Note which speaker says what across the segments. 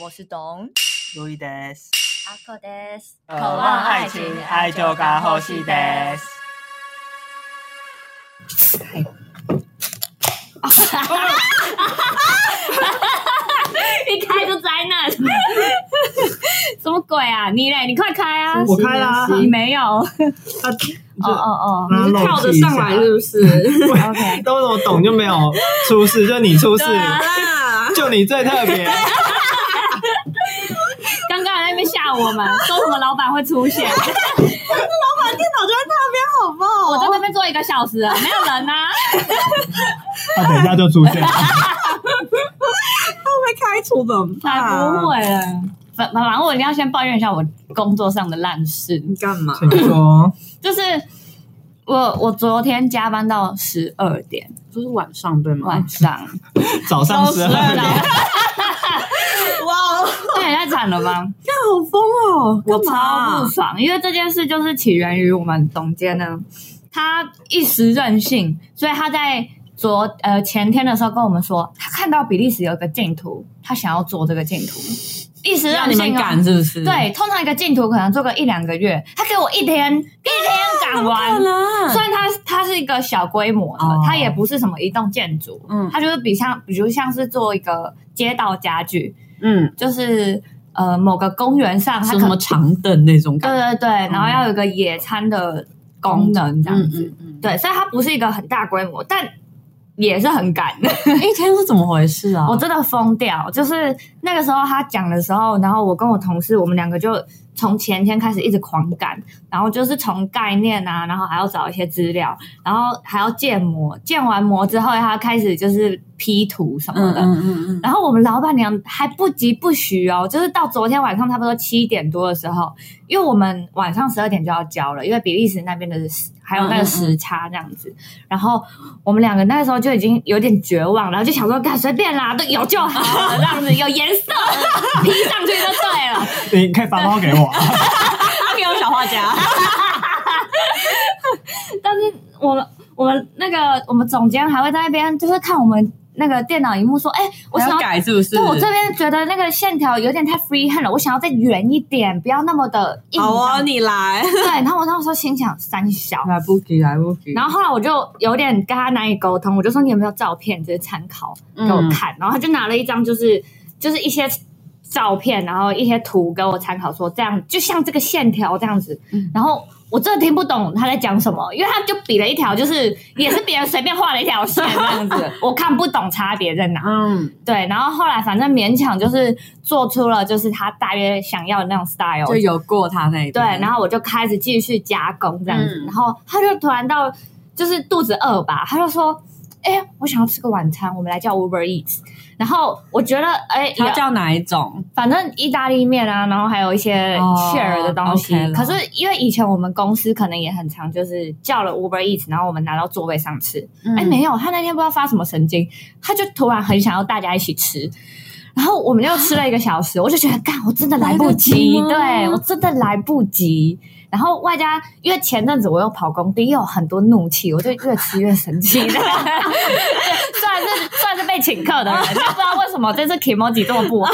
Speaker 1: 我是董
Speaker 2: 路易德斯，
Speaker 1: 阿克德斯，
Speaker 2: 渴望爱情，爱就该呼吸德斯。
Speaker 3: 一开就灾难，什么鬼啊？你嘞，你快开啊！
Speaker 2: 我开啦
Speaker 3: 你没 有？哦
Speaker 2: 啊，
Speaker 3: 哦哦
Speaker 2: 你
Speaker 4: 你是跳着上来是不是？
Speaker 3: ，OK，
Speaker 2: 都我懂就没有出事，就你出事，
Speaker 3: 对啊
Speaker 4: 啊，
Speaker 2: 就你最特别。
Speaker 3: 刚刚还在那边吓我们，说什么老板会出 现，
Speaker 4: 电脑就在那边，好不好？
Speaker 3: 我在那边坐一个小时了，没有人 啊。
Speaker 2: 他等一下就出现了，
Speaker 4: 会被开除怎么
Speaker 3: 才
Speaker 4: 办？
Speaker 3: 不，会了。反反正我一定要先抱怨一下我工作上的烂事，
Speaker 4: 你干嘛？
Speaker 2: 请说。
Speaker 3: 就是我我昨天加班到十二点
Speaker 4: 就是晚上对吗？
Speaker 3: 晚上，
Speaker 2: 早上十二
Speaker 3: 然
Speaker 2: 点，
Speaker 3: 后
Speaker 4: 哇，
Speaker 3: 这也太惨了吧！
Speaker 4: 那好疯哦！
Speaker 3: 我
Speaker 4: 干嘛
Speaker 3: 超不爽，因为这件事就是起源于我们总监呢，他一时任性，所以他在昨呃前天的时候跟我们说，他看到比利时有一个净土，他想要做这个净土，一时
Speaker 4: 让
Speaker 3: 任
Speaker 4: 你
Speaker 3: 性
Speaker 4: 们
Speaker 3: 哦
Speaker 4: 赶是不是？，
Speaker 3: 对，通常一个净土可能做个一两个月，他给我一天一天 赶完。虽
Speaker 4: 能
Speaker 3: 然它它是一个小规模的，
Speaker 4: 哦
Speaker 3: 它也不是什么一栋建筑，
Speaker 4: 嗯
Speaker 3: 它就是比像，比如像是做一个街道家具，
Speaker 4: 嗯，
Speaker 3: 就是呃某个公园上，它
Speaker 4: 是
Speaker 3: 可
Speaker 4: 什么
Speaker 3: 能
Speaker 4: 长凳那种
Speaker 3: 对
Speaker 4: 感觉？
Speaker 3: 对对，然后要有一个野餐的功能这样子，
Speaker 4: 嗯，
Speaker 3: 对，所以它不是一个很大规模，但也是很赶，
Speaker 4: 一哎天是怎么回事啊？
Speaker 3: 我真的疯掉，就是那个时候他讲的时候，然后我跟我同事，我们两个就从前天开始一直狂赶，然后就是从概念啊，然后还要找一些资料，然后还要建模，建完模之后，他开始就是 P 图什么
Speaker 4: 嗯
Speaker 3: 的。
Speaker 4: 嗯嗯嗯，
Speaker 3: 然后我们老板娘还不疾不徐哦，就是到昨天晚上差不多七点多的时候，因为我们晚上十二点就要交了，因为比利时那边的时还有那
Speaker 4: 嗯
Speaker 3: 个时差这样子。然后我们两个那个时候就已经有点绝望，然后就想说，干随便啦，都有就好了，这样子有颜色披上去就对了。
Speaker 2: 你可以发包给我。
Speaker 4: 他没有小画家，
Speaker 3: 但是我们我们那个我们总监还会在那边就是看我们那个电脑荧幕说，哎、
Speaker 4: 我
Speaker 3: 我想
Speaker 4: 想
Speaker 3: 要
Speaker 4: 改是不是？
Speaker 3: 对我这边觉得那个线条有点太 free hand 了，我想要再圆一点，不要那么的硬。
Speaker 4: 好啊，你来，
Speaker 3: 对，然后我那时候心想三小，
Speaker 4: 来不及，来不及
Speaker 3: 然后后来我就有点跟他难以沟通，我就说你有没有照片，就是参考给
Speaker 4: 嗯
Speaker 3: 我看。然后他就拿了一张，就是就是一些照片，然后一些图给我参考，说这样就像这个线条这样子。
Speaker 4: 嗯
Speaker 3: 然后我真的听不懂他在讲什么，因为他就比了一条，就是也是别人随便画了一条线这样 子，我看不懂差别在哪。
Speaker 4: 嗯，
Speaker 3: 对，然后后来反正勉强就是做出了就是他大约想要的那种 style，
Speaker 4: 就有过他那一
Speaker 3: 对，
Speaker 4: 段
Speaker 3: 然后我就开始继续加工这样子，
Speaker 4: 嗯
Speaker 3: 然后他就突然到就是肚子饿吧，他就说：“哎、我想要吃个晚餐，我们来叫 Uber Eats。”然后我觉得，哎、
Speaker 4: 他
Speaker 3: 也
Speaker 4: 叫哪一种？
Speaker 3: 反正意大利面啊，然后还有一些
Speaker 4: 哦
Speaker 3: share 的东西。
Speaker 4: OK 啦
Speaker 3: 可是因为以前我们公司可能也很常就是叫了 Uber Eats，然后我们拿到座位上吃，
Speaker 4: 嗯
Speaker 3: 哎、
Speaker 5: 嗯
Speaker 3: 没有，他那天不知道发什么神经，他就突然很想要大家一起吃，然后我们就吃了一个小时，我就觉得，干，我真的来不及，
Speaker 4: 来得及吗
Speaker 3: 对我真的来不及。然后外加，因为前阵子我又跑工地，又有很多怒气，我就越吃越生气。 虽然是虽然是被请客的人，但不知道为什么这次 emoji 这么不好，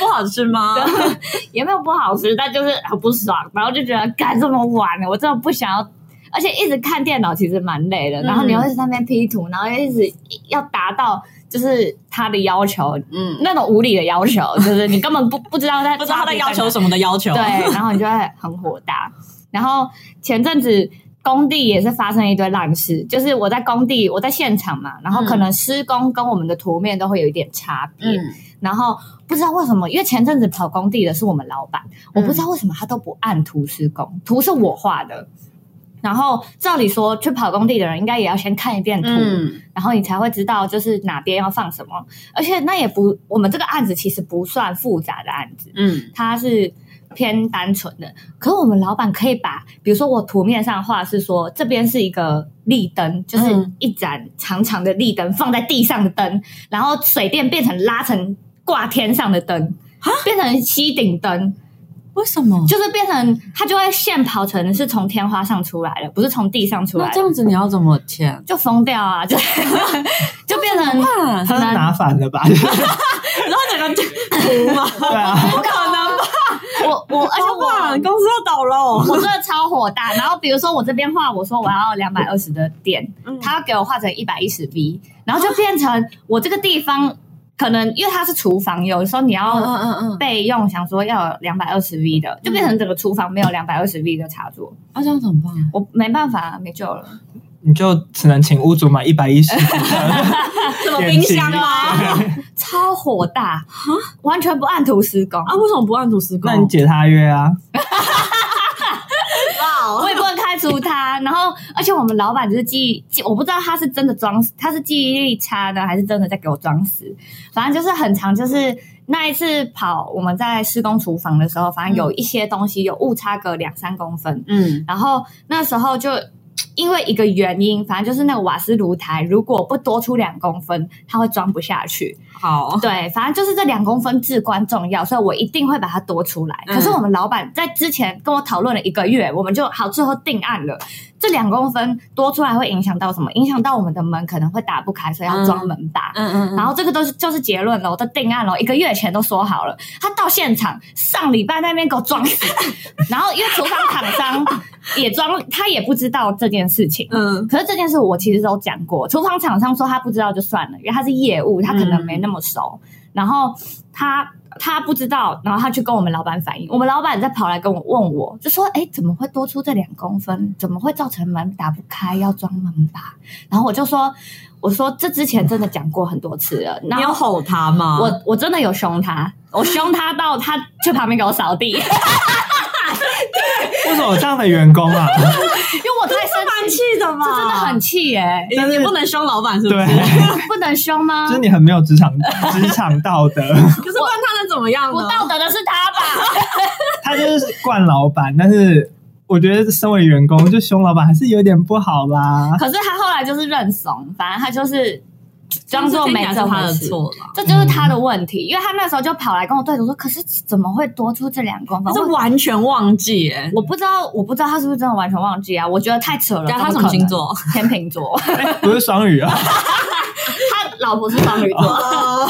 Speaker 4: 不好吃 吗？
Speaker 3: 也没有不好吃，但就是很不爽，然后就觉得干这么晚了，我真的不想要。而且一直看电脑其实蛮累的，
Speaker 4: 嗯
Speaker 3: 然后你又一直在那边 P 图，然后又一直要达到就是他的要求，
Speaker 4: 嗯，
Speaker 3: 那种无理的要求，就是你根本不不知道在
Speaker 4: 不知道他在要求
Speaker 3: 么，
Speaker 4: 什么的要求。
Speaker 3: 对，然后你就会很火大。然后前阵子工地也是发生一堆烂事，就是我在工地，我在现场嘛，然后可能施工跟我们的图面都会有一点差别，
Speaker 4: 嗯，
Speaker 3: 然后不知道为什么，因为前阵子跑工地的是我们老板，我不知道为什么他都不按图施工，图是我画的。然后照理说，去跑工地的人应该也要先看一遍图，
Speaker 4: 嗯，
Speaker 3: 然后你才会知道就是哪边要放什么。而且那也不，我们这个案子其实不算复杂的案子，
Speaker 4: 嗯，
Speaker 3: 它是偏单纯的。可是我们老板可以把，比如说我图面上画是说这边是一个立灯，就是
Speaker 4: 嗯
Speaker 3: 一盏长长的立灯放在地上的灯，然后水电变成拉成挂天上的灯，变成吸顶灯，
Speaker 4: 为什么？
Speaker 3: 就是变成它就会线跑成是从天花上出来的，不是从地上出来
Speaker 4: 那这
Speaker 3: 的。
Speaker 4: 样子你要怎么签？
Speaker 3: 就疯掉啊！就就变成
Speaker 4: 啊
Speaker 2: 他是拿反了吧？
Speaker 4: 然后整个就哭嘛，
Speaker 2: 对啊，
Speaker 4: 不可能 吧？
Speaker 3: 我我而且
Speaker 4: 老板，公
Speaker 3: 我
Speaker 4: 司要倒 了。哦
Speaker 3: 我真的超火大。然后比如说我这边画，我说我要两百二十的点，
Speaker 4: 嗯
Speaker 3: 他要给我画成一百一十 V，然后就变成我这个地方可能因为它是厨房，有时候你要
Speaker 4: 嗯嗯，
Speaker 3: 备用，想说要有两百二十 V 的，就变成整个厨房没有两百二十 V 的插座，
Speaker 4: 啊那这样怎么办？
Speaker 3: 我没办法，没救了。
Speaker 2: 你就只能请屋主买一百一 十。
Speaker 4: 什么冰箱啊吗？
Speaker 3: 超火大，完全不按图施 工，
Speaker 4: 啊，为什么不按主施工
Speaker 2: 那？你解他约啊？
Speaker 4: 哇
Speaker 3: 我也不能开除他。然后，而且我们老板就是记忆，记我不知道他是真的装死，他是记忆力差呢，还是真的在给我装死。反正就是很长，就是那一次跑我们在施工厨房的时候，反正有一些东西有误差个两三公分。
Speaker 4: 嗯，
Speaker 3: 然后那时候就因为一个原因，反正就是那个瓦斯炉台如果不多出两公分，它会装不下去。
Speaker 4: 好，
Speaker 3: 对，反正就是这两公分至关重要，所以我一定会把它多出来。
Speaker 4: 嗯
Speaker 3: 可是我们老板在之前跟我讨论了一个月，我们就好最后定案了。这两公分多出来会影响到什么？影响到我们的门可能会打不开，所以要装门把。
Speaker 4: 嗯嗯
Speaker 3: 然
Speaker 4: 然后
Speaker 3: 后这个都是就是结论了，我都定案了，一个月前都说好了。他到现场上礼拜那边给我装 死，然后因为厨房厂商也装，他也不知道这件事情。
Speaker 4: 嗯
Speaker 3: 可是这件事我其实都讲过，厨房厂商说他不知道就算了，因为他是业务，他可能没那么熟。然后他他不知道，然后他去跟我们老板反映，我们老板再跑来跟我问我，就说：“哎，怎么会多出这两公分？怎么会造成门打不开，要装门把？”然后我就说：“我说这之前真的讲过很多次 了。”然
Speaker 4: 你有
Speaker 3: 后
Speaker 4: 吼他吗？
Speaker 3: 我我真的有凶他，我凶他到他去旁边给我扫 地，因为
Speaker 2: 为什么有这样的员工啊？
Speaker 3: 我太生
Speaker 4: 蛮
Speaker 3: 气，
Speaker 4: 气的吧？
Speaker 3: 这真的啊很气耶、
Speaker 4: 你哎你不能凶老板是不
Speaker 2: 对
Speaker 4: 是？，
Speaker 3: 不能凶吗？
Speaker 2: 就是你很没有职场职场道 德。
Speaker 4: 可是不然他能怎么样
Speaker 3: 不
Speaker 4: 呢？
Speaker 3: 道德的是他吧？
Speaker 2: 他就是惯老板，但是我觉得身为员工，就凶老板还是有点不好 啦。
Speaker 3: 可是他后来就是认怂，反正 他就是装作没
Speaker 4: 听起
Speaker 3: 这
Speaker 4: 来是
Speaker 3: 回
Speaker 4: 他的
Speaker 3: 事。
Speaker 4: 错了，
Speaker 3: 这就是他的问题，因为他那时候就跑来跟我对赌说：“可是怎么会多出这两公分
Speaker 4: 他是？”完全忘记哎。
Speaker 3: 我我不知道，我不知道他是不是真的完全忘记啊？我觉得太扯了。
Speaker 4: 对啊他
Speaker 3: 怎
Speaker 4: 什
Speaker 3: 可
Speaker 4: 么
Speaker 3: 能
Speaker 4: 星？座？
Speaker 3: 天秤座。
Speaker 2: 哎不是双语啊，
Speaker 3: 他老婆是双鱼座，
Speaker 4: 哦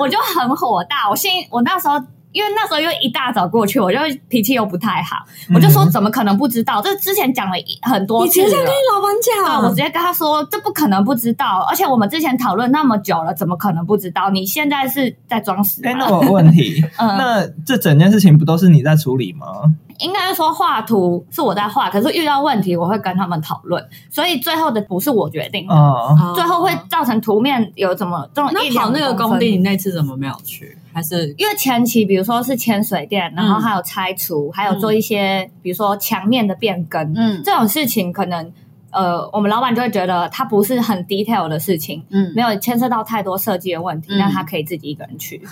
Speaker 3: 我就很火大。我心我那时候，因为那时候又一大早过去，我就脾气又不太好，我就说：“怎么可能不知道？这之前讲了一很多
Speaker 4: 嗯你
Speaker 3: 次
Speaker 4: 直接
Speaker 3: 了。”
Speaker 4: 跟老板
Speaker 3: 啊！
Speaker 4: 讲，
Speaker 3: 我直接跟他说，这不可能不知道，而且我们之前讨论那么久了，怎么可能不知道？你现在是在装死
Speaker 2: 哎，那
Speaker 3: 吗？
Speaker 2: 我有问 题，
Speaker 3: 嗯，
Speaker 2: 那这整件事情不都是你在处理吗？
Speaker 3: 应该说画图是我在画，可是遇到问题我会跟他们讨论，所以最后的不是我决定，
Speaker 2: 哦，
Speaker 4: 哦
Speaker 3: 最后会造成图面有怎么这种一
Speaker 4: 那跑
Speaker 3: 两
Speaker 4: 那个
Speaker 3: 公
Speaker 4: 工
Speaker 3: 分
Speaker 4: 地，你那次怎么没有去？还是
Speaker 3: 因为前期比如说是牵水电，然后还有拆除，还有做一些比如说墙面的变更，
Speaker 4: 嗯
Speaker 3: 这种事情可能呃，我们老板就会觉得它不是很 detail 的事情，
Speaker 4: 嗯
Speaker 3: 没，有牵涉到太多设计的问题，
Speaker 4: 嗯
Speaker 3: 那他可以自己一个人去。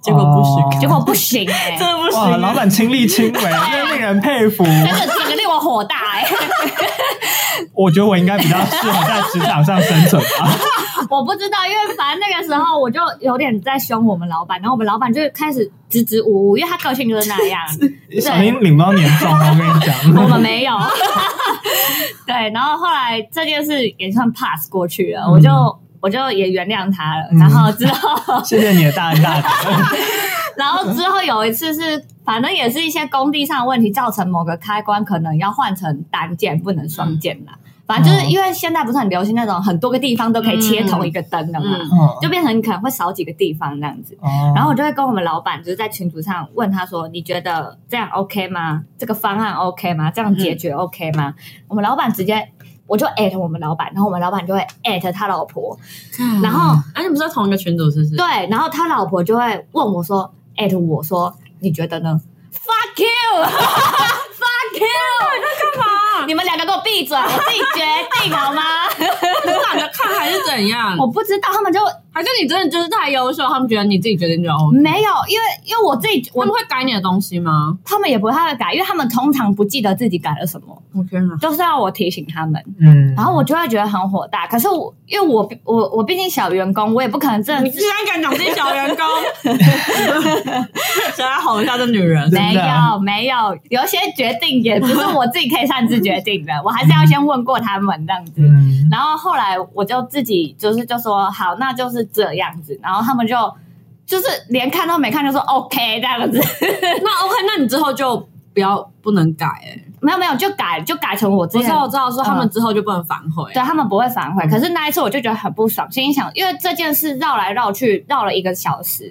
Speaker 4: 结果不行，
Speaker 2: 哦
Speaker 3: 结果不行 哎、
Speaker 4: 真的不
Speaker 2: 哇，
Speaker 4: 行。啊
Speaker 2: 老板亲力亲为，真令人佩服。
Speaker 3: 真的整个令我火大 哎、
Speaker 2: 我觉得我应该比较适合在职场上生存吧。
Speaker 3: 我不知道，因为反正那个时候我就有点在凶我们老板，然后我们老板就开始支支吾吾，因为他个性就是 那样。
Speaker 2: 小心领不到年终，我跟你
Speaker 3: 我们
Speaker 2: 讲。
Speaker 3: 没有，对，然后后来这件事也算 pass 过去了，我就
Speaker 4: 嗯
Speaker 3: 我就也原谅他了。
Speaker 2: 嗯
Speaker 3: 然后之后，
Speaker 2: 谢谢你的大恩大德。
Speaker 3: 然后之后有一次是，反正也是一些工地上的问题，造成某个开关可能要换成单键，不能双键
Speaker 4: 嗯
Speaker 3: 啦。反正就是因为现在不是很流行那种很多个地方都可以切同一个灯的嘛，
Speaker 4: 嗯
Speaker 2: 哦
Speaker 3: 就变成你可能会少几个地方这样子。
Speaker 2: 哦
Speaker 3: 然后我就会跟我们老板就是在群组上问他说：“你觉得这样 OK 吗？这个方案 OK 吗？这样
Speaker 4: 嗯
Speaker 3: 解决 OK 吗？”我们老板直接我就艾特我们老板，然后我们老板就会艾特他老婆，然后
Speaker 4: 啊，你们是在同一个群组是不是？
Speaker 3: 对，然后他老婆就会问我说艾特我说你觉得呢？Fuck you！Fuck you！
Speaker 4: 嘛？
Speaker 3: 你们两个给我闭嘴，我自己决定好吗？
Speaker 4: 你懒得看还是怎样？
Speaker 3: 我不知道，他们就
Speaker 4: 还是你真的就是太优秀，他们觉得你自己决定就 OK？
Speaker 3: 没有，因为因为我自己
Speaker 4: 他
Speaker 3: 我
Speaker 4: 们会改你的东西吗？
Speaker 3: 他们也不太会改，因为他们通常不记得自己改了什么。
Speaker 4: 我天哪！
Speaker 3: 就是要我提醒他们，
Speaker 2: 嗯，
Speaker 3: 然后我就会觉得很火大。可是我因为我我我毕竟小员工，我也不可能真 的
Speaker 4: 你居然敢讲自己小员 工，想来吼一下这女人。
Speaker 2: 真
Speaker 3: 没
Speaker 2: 的啊
Speaker 3: 有没有，有些决定也不是我自己可以擅自决定的，我还是要先问过他们这样子。
Speaker 2: 嗯，
Speaker 3: 然后后来我就自己就是就说好，那就是这样子。然后他们就就是连看都没看就说 OK 这样子，
Speaker 5: 那 OK，那你之后就不要不能改哎、
Speaker 3: 没有没有就改就改成我之
Speaker 5: 我知
Speaker 3: 前
Speaker 5: 道，我知道，说他们之后就不能反悔。
Speaker 3: 嗯对啊他们不会反
Speaker 5: 嗯
Speaker 3: 悔。可是那一次我就觉得很不爽，心里想，因为这件事绕来绕去绕了一个小时，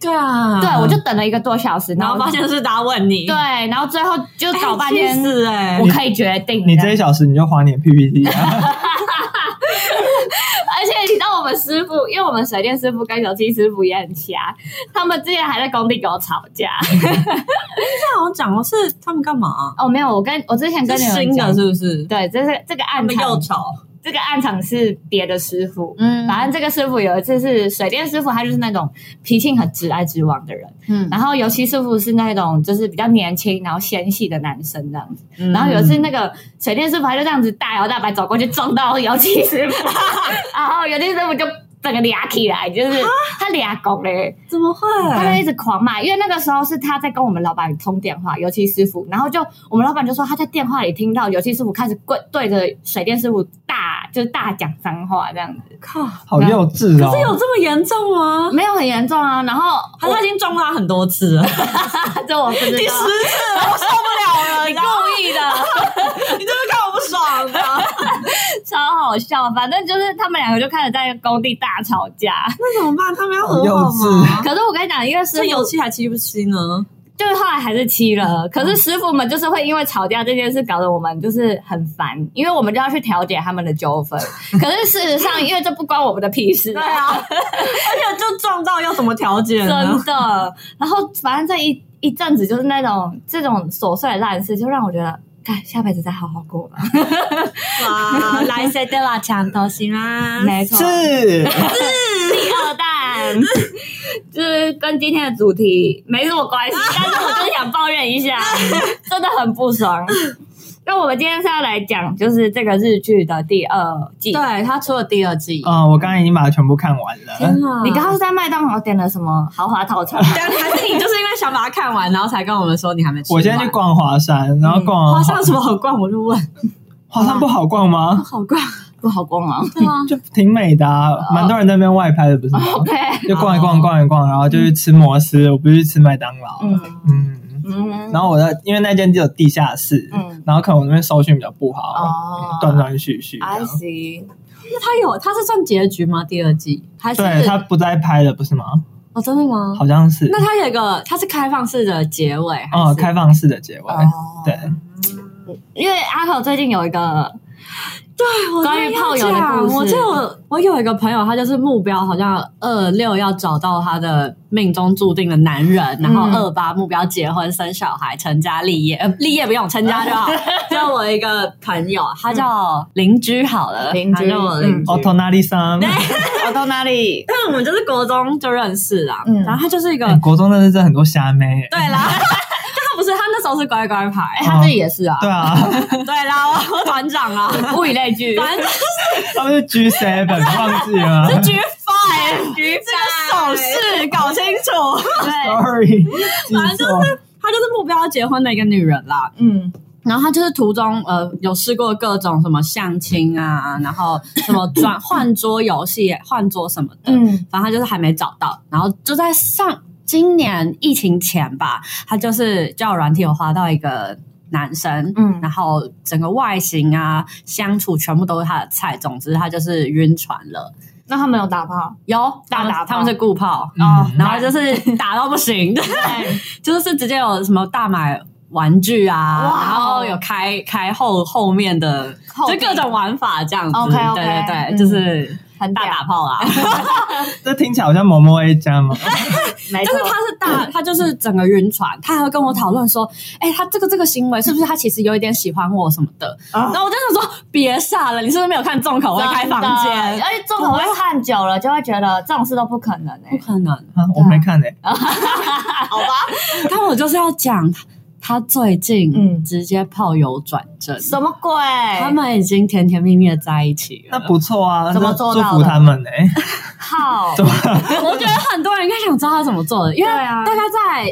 Speaker 5: 对啊，
Speaker 3: 对我就等了一个多小时，
Speaker 5: 然后发现是答问你，
Speaker 3: 对，然后最后就
Speaker 5: 哎，
Speaker 3: 搞半天嗯
Speaker 5: 气，死哎、
Speaker 3: 我可以决定
Speaker 2: 你
Speaker 3: 的
Speaker 2: 这一小时你就花你的 PPT 啊，
Speaker 3: 而且你知道我们师傅，因为我们水电师傅跟油漆师傅也很瞎，他们之前还在工地跟我吵架。
Speaker 5: 那好像讲的是他们干嘛？啊
Speaker 3: 哦，没有，我跟我之前跟
Speaker 5: 是
Speaker 3: 你们
Speaker 5: 新
Speaker 3: 讲
Speaker 5: 的，，是不是？
Speaker 3: 对，这是这个
Speaker 5: 他
Speaker 3: 暗
Speaker 5: 们又
Speaker 3: 场，
Speaker 5: 吵，
Speaker 3: 这个暗场是别的师傅。
Speaker 5: 嗯
Speaker 3: 反正这个师傅有一次是水电师傅，他就是那种脾气很直来直往的人，
Speaker 5: 嗯
Speaker 3: 然后油漆师傅是那种就是比较年轻，然后纤细的男生这样子。
Speaker 5: 嗯
Speaker 3: 然后有一次那个水电师傅他就这样子大摇大摆走过去撞到油漆师 傅，然后油漆师傅就整个俩起来，就是他俩拱嘞，
Speaker 5: 怎么会？
Speaker 3: 他就一直狂骂，因为那个时候是他在跟我们老板通电话，油漆师傅，然后就我们老板就说他在电话里听到油漆师傅开始跪对着水电师傅大就是大讲脏话这样子，
Speaker 5: 靠，
Speaker 2: 好幼稚
Speaker 5: 这有
Speaker 2: 哦。
Speaker 5: 这么严重吗？
Speaker 3: 没有很严重啊，然后
Speaker 5: 他他已经撞他很多次了，
Speaker 3: 这 我不 知
Speaker 5: 第十
Speaker 3: 道，
Speaker 5: 次了，我受不了了，你
Speaker 3: 哎你
Speaker 5: 知道吗
Speaker 3: 故意的。
Speaker 5: 你就是看我不爽啊的。
Speaker 3: 超好笑，反正就是他们两个就开始在工地大吵架。
Speaker 5: 那怎么办？他们要和
Speaker 2: 幼
Speaker 5: 好吗？
Speaker 2: 稚
Speaker 3: 可是我跟你讲，因为师
Speaker 5: 这
Speaker 3: 傅
Speaker 5: 油漆还漆不漆呢？
Speaker 3: 就是后来还是七了，可
Speaker 5: 嗯
Speaker 3: 是师傅们就是会因为吵架这件事搞得我们就是很烦，因为我们就要去调解他们的纠 纷。可是事实上，因为这不关我们的屁事，
Speaker 5: 啊，而且就撞到要怎么调解
Speaker 3: 真
Speaker 5: 呢？
Speaker 3: 的。然后反正这一一阵子就是那种这种琐碎的烂事，就让我觉得，看下辈子再好好过吧。
Speaker 5: 哇，来谁的啦？抢头行吗？
Speaker 3: 没错，
Speaker 2: 是，
Speaker 3: 第二弹， 就是跟今天的主题没什么关系，但是我就是想抱怨一 下，真的很不爽。那我们今天是要来讲，就是这个日剧的第二季。
Speaker 5: 对他出了第二季。
Speaker 2: 嗯，我刚才已经把它全部看完了。
Speaker 5: 啊
Speaker 3: 你刚刚是在麦当劳点了什么豪华套餐？
Speaker 5: 但还是你就是因为想把它看完，然后才跟我们说你还没吃完。
Speaker 2: 我现在去逛哦华山，然后逛
Speaker 5: 花上有什么好逛，我就问。
Speaker 2: 华山不好逛吗？
Speaker 5: 好逛，
Speaker 3: 不好逛啊。
Speaker 2: 就挺美的啊，蛮多人在那边外拍的，不是吗？
Speaker 3: OK，
Speaker 2: 就逛一逛，逛一逛，然后就去吃摩斯，我不是去吃麦当劳。
Speaker 3: 嗯
Speaker 2: 嗯，
Speaker 3: 嗯
Speaker 2: 然后我在因为那间只有地下室，
Speaker 3: 嗯
Speaker 2: 然后可能我那边搜讯比较不好，
Speaker 3: 哦啊
Speaker 2: 断断续续这样。
Speaker 3: I see，
Speaker 5: 那他有他是算结局吗？第二季还是
Speaker 2: 对他不再拍了，不是吗？
Speaker 5: 哦，真的吗？
Speaker 2: 好像是，
Speaker 5: 那它有一个，它是开放式的结尾，还
Speaker 2: 哦，
Speaker 5: 是
Speaker 2: 开放式的结尾，
Speaker 3: 哦
Speaker 2: 对，
Speaker 3: 因为阿口最近有一个
Speaker 5: 对我
Speaker 3: 关于
Speaker 5: 真
Speaker 3: 炮
Speaker 5: 哦要
Speaker 3: 友的
Speaker 5: 讲
Speaker 3: 故事
Speaker 5: 我就有我有一个朋友，他就是目标好像二六要找到他的命中注定的男人，然后
Speaker 3: 嗯
Speaker 5: 二八目标结婚生小孩成家立业，呃，立业不用成家 就好。就我一个朋友，他叫邻居好了，
Speaker 3: 嗯邻居嗯
Speaker 5: 他叫我邻居。
Speaker 2: 哦，托纳利桑，
Speaker 3: 跑到哪里？
Speaker 5: 但我们就是国中就认识啦，
Speaker 3: 嗯
Speaker 5: 然后他就是一个
Speaker 2: 哎国中那是真的很多虾妹，
Speaker 5: 对啦，但他不是他那时候是乖乖牌，
Speaker 3: 哎，他自己也是啊，
Speaker 2: 对啊，
Speaker 5: 对啦，我我团长啊，
Speaker 3: 物以类聚。
Speaker 5: 团长。
Speaker 2: 他们是 G seven 忘记了
Speaker 5: 是 G five，G 这个手势搞清楚。
Speaker 2: ，sorry，记
Speaker 5: 反正
Speaker 2: 错，
Speaker 5: 她就是目标结婚的一个女人啦，
Speaker 3: 嗯，
Speaker 5: 然后她就是途中呃有试过各种什么相亲啊，然后什么转换桌游戏、换桌什么的，
Speaker 3: 嗯
Speaker 5: 反正她就是还没找到，然后就在上今年疫情前吧，她就是交友软体有滑到一个男生，
Speaker 3: 嗯
Speaker 5: 然后整个外形啊相处全部都是她的菜，总之她就是晕船了。
Speaker 3: 那他们有打炮？
Speaker 5: 有
Speaker 3: 大
Speaker 5: 他们
Speaker 3: 打炮
Speaker 5: 他们是固炮，
Speaker 2: 哦
Speaker 5: 嗯然后就是 打到不行， 就是直接有什么大买玩具啊，
Speaker 3: 哇哦
Speaker 5: 然后有开开后后面的，
Speaker 3: 后
Speaker 5: 就
Speaker 3: 面
Speaker 5: 各种玩法这样子。
Speaker 3: OK，OK，
Speaker 5: 对对对，
Speaker 3: 嗯
Speaker 5: 就是
Speaker 3: 很
Speaker 5: 大
Speaker 3: 屌
Speaker 5: 打炮啦。
Speaker 2: 这听起来好像某某 A 加嘛，啊
Speaker 3: 没嗯
Speaker 5: 就是他是大，他就是整个晕船，他还会跟我讨论说，哎、他这个这个行为是不是他其实有一点喜欢我什么的？
Speaker 2: 啊
Speaker 5: 然后我就想说，别傻了，你是不是没有看重口味开房
Speaker 3: 哦真
Speaker 5: 间
Speaker 3: 的？而且重口味看久了就会觉得这种事都不可能哎、
Speaker 5: 不可能。
Speaker 2: 啊我没看诶，
Speaker 5: 但我就是要讲，他最近
Speaker 3: 嗯
Speaker 5: 直接炮友转正，
Speaker 3: 什么鬼？
Speaker 5: 他们已经甜甜蜜蜜的在一起
Speaker 2: 那
Speaker 5: 了。
Speaker 2: 不错啊，
Speaker 3: 怎么
Speaker 2: 那
Speaker 3: 做
Speaker 2: 祝
Speaker 3: 到
Speaker 2: 福
Speaker 3: 的
Speaker 2: 他们欸诶，
Speaker 3: 好，
Speaker 5: 我觉得很多人应该想知道他怎么做的，因为
Speaker 3: 对啊
Speaker 5: 大概在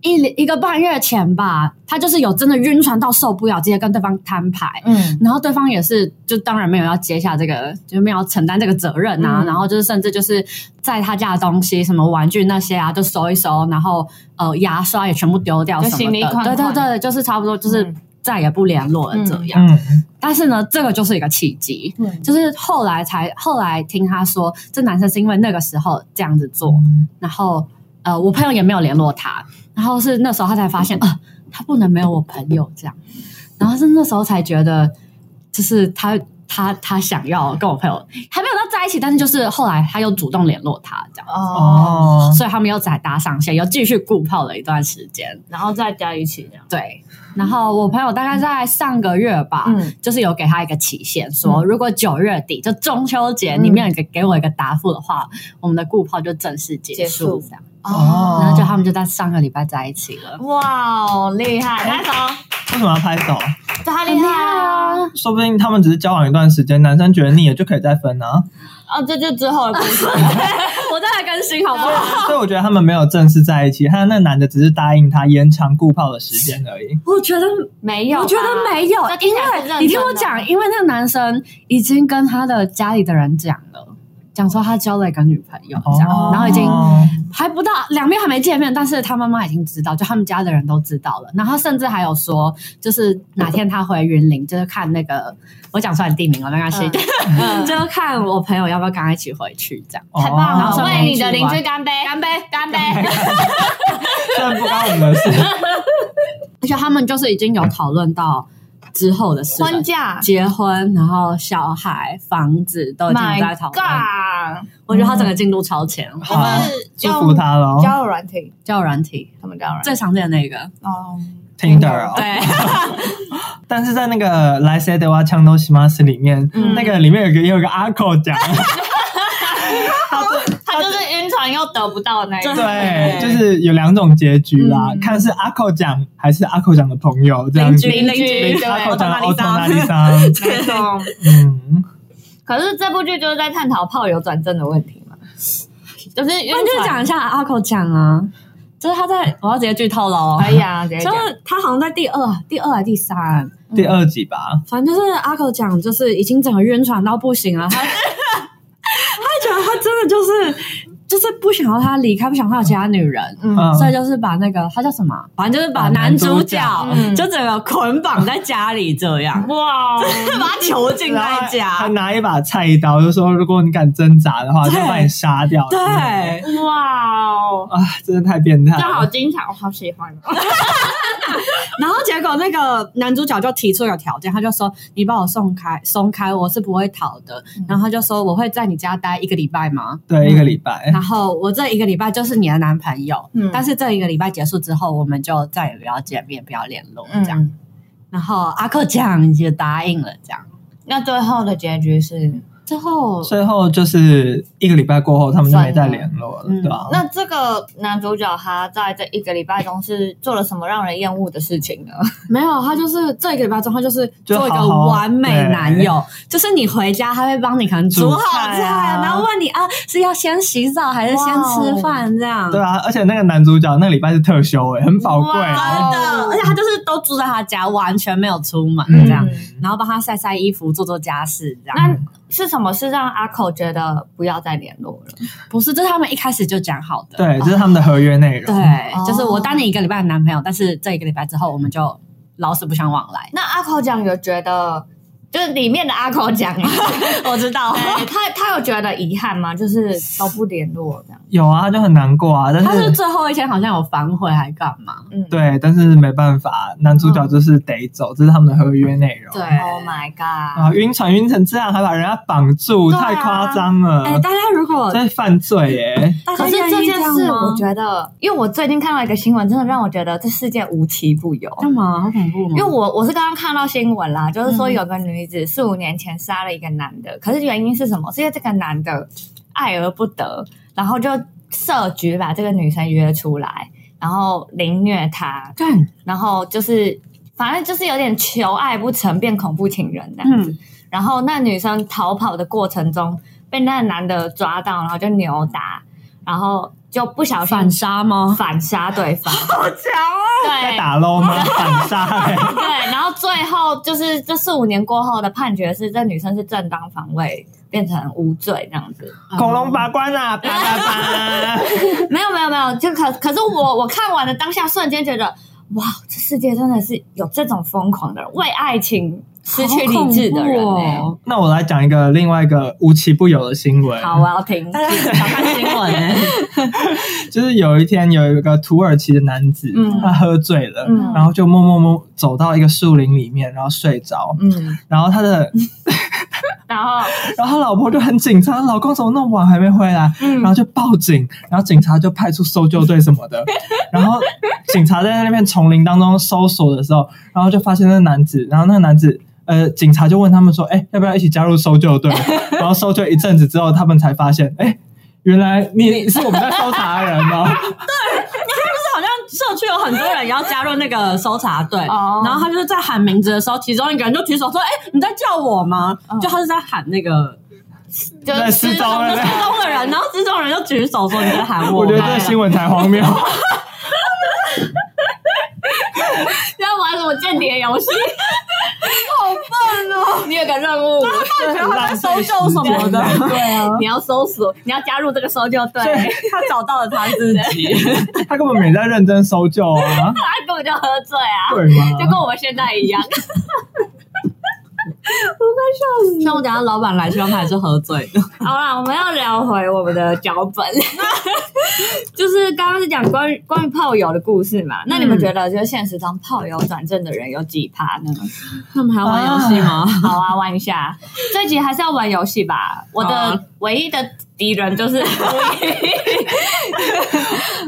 Speaker 5: 一一个半月前吧，他就是有真的晕船到受不了，直接跟对方摊牌。
Speaker 3: 哦
Speaker 1: 嗯，
Speaker 5: 然后对方也是，就当然没有要接下这个，就是没有要承担这个责任啊。
Speaker 1: 嗯
Speaker 5: 然后就是甚至就是在他家的东西，什么玩具那些啊，就收一收，然后呃牙刷也全部丢掉
Speaker 3: 就
Speaker 5: 什
Speaker 3: 行
Speaker 5: 么
Speaker 3: 李
Speaker 5: 的。
Speaker 3: 款
Speaker 5: 对对
Speaker 3: 款
Speaker 5: 对，就是差不多就是
Speaker 3: 嗯
Speaker 5: 再也不联络了这样。
Speaker 2: 嗯，
Speaker 5: 但是呢，这个就是一个契机，
Speaker 1: 嗯
Speaker 5: 就是后来才后来听他说，这男生是因为那个时候这样子做，然后呃，我朋友也没有联络他，然后是那时候他才发现，啊，他不能没有我朋友这样，然后是那时候才觉得，就是他他他想要跟我朋友还没有到在一起，但是就是后来他又主动联络他这样，啊
Speaker 3: 哦，
Speaker 2: 哦，
Speaker 5: 所以他们又再搭上线，又继续顾泡了一段时间，
Speaker 3: 然后再加一起这样，
Speaker 5: 对，然后我朋友大概在上个月吧，
Speaker 1: 嗯
Speaker 5: 就是有给他一个期限，说如果九月底就中秋节
Speaker 1: 嗯
Speaker 5: 你没有给给我一个答复的话，我们的顾泡就正式结束
Speaker 1: 结束
Speaker 5: 这样。
Speaker 2: 哦
Speaker 5: 然后就他们就在上个礼拜在一起了，
Speaker 3: 哇哦，厉害，拍手，
Speaker 2: 为什么要拍手？
Speaker 3: 对他
Speaker 5: 很
Speaker 3: 厉害啊！！
Speaker 2: 说不定他们只是交往一段时间，男生觉得腻了就可以再分啊。
Speaker 3: 啊，这就之后的故 事，
Speaker 5: 我再来更新好不好？
Speaker 2: 所以我觉得他们没有正式在一起，他那男的只是答应他延长顾泡的时间而已。
Speaker 5: 我觉得
Speaker 3: 没有吧，
Speaker 5: 我觉得没有
Speaker 3: 这，听
Speaker 5: 因
Speaker 3: 起来是认真的
Speaker 5: 为你听我讲，因为那个男生已经跟他的家里的人讲了，讲说他交了一个女朋友这样，
Speaker 2: 哦
Speaker 5: 然后已经还不到两边还没见面，但是他妈妈已经知道，就他们家的人都知道了。然后他甚至还有说，就是哪天他回云林，就是看那个我讲出来地名了，没关系，
Speaker 3: 嗯
Speaker 5: 就看我朋友要不要跟他一起回去这样。
Speaker 3: 太棒
Speaker 5: 然后
Speaker 3: 了！
Speaker 5: 上面
Speaker 3: 为你的
Speaker 5: 去
Speaker 3: 邻
Speaker 5: 玩
Speaker 3: 居干杯，干杯，干杯！
Speaker 2: 虽然不关我们的事，
Speaker 5: 而且他们就是已经有讨论到之后的事 了
Speaker 3: 婚 嫁
Speaker 5: 结婚，然后小孩、房子都已经有在
Speaker 3: ，My
Speaker 5: 讨论。
Speaker 3: God！
Speaker 5: 我觉得他整个进度超 前，
Speaker 3: 我
Speaker 2: 好
Speaker 3: 们
Speaker 2: 祝福他喽。
Speaker 4: 交友软体
Speaker 5: 交友软体
Speaker 3: 什么叫软？
Speaker 5: 最常见的那个，
Speaker 4: 哦，
Speaker 2: Tinder
Speaker 3: 啊
Speaker 2: 哦，
Speaker 5: 对，
Speaker 2: 但是在那个《来谁的哇枪都西马斯》里面，
Speaker 3: 嗯
Speaker 2: 那个里面有个也有个阿寇讲，
Speaker 3: 他就是晕船又得不到的那一种
Speaker 2: 对，就是有两种结局啦，
Speaker 3: 嗯
Speaker 2: 看是阿寇讲还是阿寇讲的朋友这样子。
Speaker 5: 邻居
Speaker 3: 邻居
Speaker 2: 对阿寇讲的
Speaker 5: 欧
Speaker 2: 欧
Speaker 5: 唐
Speaker 2: 唐
Speaker 5: 娜
Speaker 2: 娜
Speaker 5: 丽
Speaker 2: 丽莎，
Speaker 3: 没 错。
Speaker 2: 嗯，
Speaker 3: 可是这部剧就是在探讨炮友转正的问题嘛，就是晕
Speaker 5: 那就讲
Speaker 3: 船
Speaker 5: 一下阿寇讲啊，就是他在我要直接剧透喽，
Speaker 3: 可以啊，直接
Speaker 5: 就
Speaker 3: 讲。
Speaker 5: 是他好像在第二、第二还是第三，啊
Speaker 2: 第二集吧，
Speaker 5: 反正就是阿寇讲，就是已经整个晕船到不行了，他 他觉得他真的就是就是不想要他离开，不想要他有其他女人。
Speaker 3: 嗯
Speaker 2: 嗯，
Speaker 5: 所以就是把那个他叫什么，啊反正就是把
Speaker 2: 把
Speaker 5: 男
Speaker 2: 男
Speaker 5: 主
Speaker 2: 主
Speaker 5: 角
Speaker 2: 角
Speaker 3: 嗯
Speaker 5: 就整个捆绑在家里这样，
Speaker 3: 哇，哦
Speaker 5: 就 把他囚禁
Speaker 2: 然后
Speaker 5: 在
Speaker 2: 还还
Speaker 5: 家。
Speaker 2: 拿一把菜刀，就说如果你敢挣扎的话，就
Speaker 5: 对
Speaker 2: 把你杀掉。嗯
Speaker 5: 对，
Speaker 3: 哇哦，
Speaker 2: 啊，真的太变态
Speaker 3: 这好
Speaker 2: 了。
Speaker 3: 精彩，我好喜欢哦。
Speaker 5: 然后结果那个男主角就提出一个条件，他就说：“你把我送开，松开，我是不会逃的。
Speaker 3: 嗯
Speaker 5: 然后他就说：“我会在你家待一个礼拜吗？
Speaker 2: 对，一个礼拜
Speaker 5: 然后我这一个礼拜就是你的男朋友，
Speaker 3: 嗯
Speaker 5: 但是这一个礼拜结束之后，我们就再也不要见面，不要联络这样。
Speaker 3: 嗯，
Speaker 5: 然后阿克讲也答应了，这样
Speaker 3: 那最后的结局是，
Speaker 5: 之后
Speaker 2: 最后就是一个礼拜过后，他们就没再联络了，
Speaker 5: 嗯
Speaker 2: 对吧？
Speaker 3: 那这个男主角他在这一个礼拜中是做了什么让人厌恶的事情呢？
Speaker 5: 没有，他就是这一个礼拜之后，他就是
Speaker 2: 就
Speaker 5: 做一个
Speaker 2: 好好
Speaker 5: 完美男友，就是你回家他会帮你可能煮
Speaker 2: 煮
Speaker 5: 好
Speaker 2: 菜啊
Speaker 5: 菜，然后问你啊是要先洗澡还是先吃饭这样。
Speaker 2: 对啊，而且那个男主角那个礼拜是特休、欸，很宝贵、
Speaker 3: 哇
Speaker 5: 真的，而且他就是都住在他家，完全没有出门
Speaker 3: 嗯
Speaker 5: 这样，然后帮他晒晒衣服、做做家事这样。
Speaker 3: 那是什么是让阿口觉得不要再联络了？
Speaker 5: 不是，这是他们一开始就讲好的。
Speaker 2: 对，这是他们的合约内容。
Speaker 5: 对，就是我当你一个礼拜的男朋友，但是这一个礼拜之后，我们就老死不相往来。
Speaker 3: 那阿口讲有觉得，就是里面的阿口讲，
Speaker 5: 我知道，
Speaker 3: 对他他有觉得遗憾吗？就是都不联络这样。
Speaker 2: 有啊，他就很难过啊，但
Speaker 5: 他是
Speaker 2: 是
Speaker 5: 最后一天好像有反悔还干嘛？
Speaker 3: 嗯，。
Speaker 2: 对，但是没办法，男主角
Speaker 5: 嗯
Speaker 2: 就是得走，这是他们的合约内容。
Speaker 5: 对
Speaker 3: Oh my god！
Speaker 2: 啊，晕船晕成这样，还把人家绑住，
Speaker 3: 对啊
Speaker 2: 太夸张了，
Speaker 5: 哎，大家如果
Speaker 2: 这是犯罪耶、
Speaker 5: 大家
Speaker 3: 可是这件事，我
Speaker 5: 得
Speaker 3: 觉得，因为我最近看到一个新闻，真的让我觉得这世界无奇不有。
Speaker 5: 干嘛好恐怖吗？哦
Speaker 3: 因为我我是刚刚看到新闻啦，就是说有个女子四五年前杀了一个男的，可是原因是什么？是因为这个男的爱而不得，然后就设局把这个女生约出来，然后凌虐她，
Speaker 5: 干，
Speaker 3: 然后就是反正就是有点求爱不成变恐怖情人这样子。
Speaker 5: 嗯，
Speaker 3: 然后那女生逃跑的过程中被那个男的抓到，然后就扭打，然后就不小心
Speaker 5: 反杀吗？
Speaker 3: 反杀对方，
Speaker 4: 好强啊！
Speaker 2: 在
Speaker 3: 对
Speaker 2: 打捞吗？反杀、 欸，
Speaker 3: 对，然后最后就是这四五年过后的判决是，这女生是正当防卫变成无罪这样子。
Speaker 2: 恐龙把关啊，叭叭叭！
Speaker 3: 没有没有没有，就可可是我我看完了当下瞬间觉得，哇，这世界真的是有这种疯狂的人，为爱情失去理智的人、
Speaker 5: 好恐
Speaker 3: 欸
Speaker 5: 怖。哦
Speaker 2: 那我来讲一个另外一个无奇不有的新闻。
Speaker 3: 好，我啊要听。
Speaker 5: 大家一直想看新闻哎、
Speaker 3: 欸
Speaker 2: 就是有一天有一个土耳其的男子，
Speaker 3: 嗯
Speaker 2: 他喝醉了，
Speaker 3: 嗯
Speaker 2: 然后就默默默走到一个树林里面，然后睡着，
Speaker 3: 嗯，
Speaker 2: 然后他的，
Speaker 3: 然后
Speaker 2: 然后他老婆就很紧张，老公怎么那么晚还没回来？
Speaker 3: 嗯
Speaker 2: 然后就报警，然后警察就派出搜救队什么 的，然后警察在那边丛林当中搜索的时候，然后就发现那个男子，然后那个男子。呃，警察就问他们说：“哎、要不要一起加入搜救队？” 然后搜救一阵子之后，他们才发现，哎、原来你是我们在搜查的人哦。
Speaker 5: 就是好像社区有很多人也要加入那个搜查队，
Speaker 3: 哦
Speaker 5: 然后他就是在喊名字的时候，其中一个人就举手说：“哎、你在叫我吗？”
Speaker 3: 嗯
Speaker 5: 就他是在喊那个
Speaker 3: 就
Speaker 2: 在
Speaker 3: 是
Speaker 2: 失踪
Speaker 5: 失
Speaker 2: 了对
Speaker 5: 踪的人，然后失踪人就举手说：“你在喊我
Speaker 2: 我
Speaker 5: 吗？”
Speaker 2: 觉得这个新闻才荒 谬。
Speaker 3: 在玩什么间谍游戏？好笨哦！你有个任务，
Speaker 5: 对他在搜救什么的，
Speaker 3: 对啊，你要搜索，你要加入这个搜救队，
Speaker 5: 他找到了他自己。
Speaker 2: 他根本没在认真搜救啊，
Speaker 3: 他根本就喝醉啊，
Speaker 2: 对 吗？
Speaker 3: 就跟我们现在一样。
Speaker 5: 那我等下老板来，希望他还是喝醉的。
Speaker 3: 好啦，我们要聊回我们的脚本， 就是刚刚是讲关于关于炮友的故事嘛。那你们觉得，就是现实中炮友转正的人有几趴呢？
Speaker 5: 他们还玩游戏吗？
Speaker 3: 好啊，玩一下，这集还是要玩游戏吧。我
Speaker 5: 好
Speaker 3: 的唯一的敌人就是故意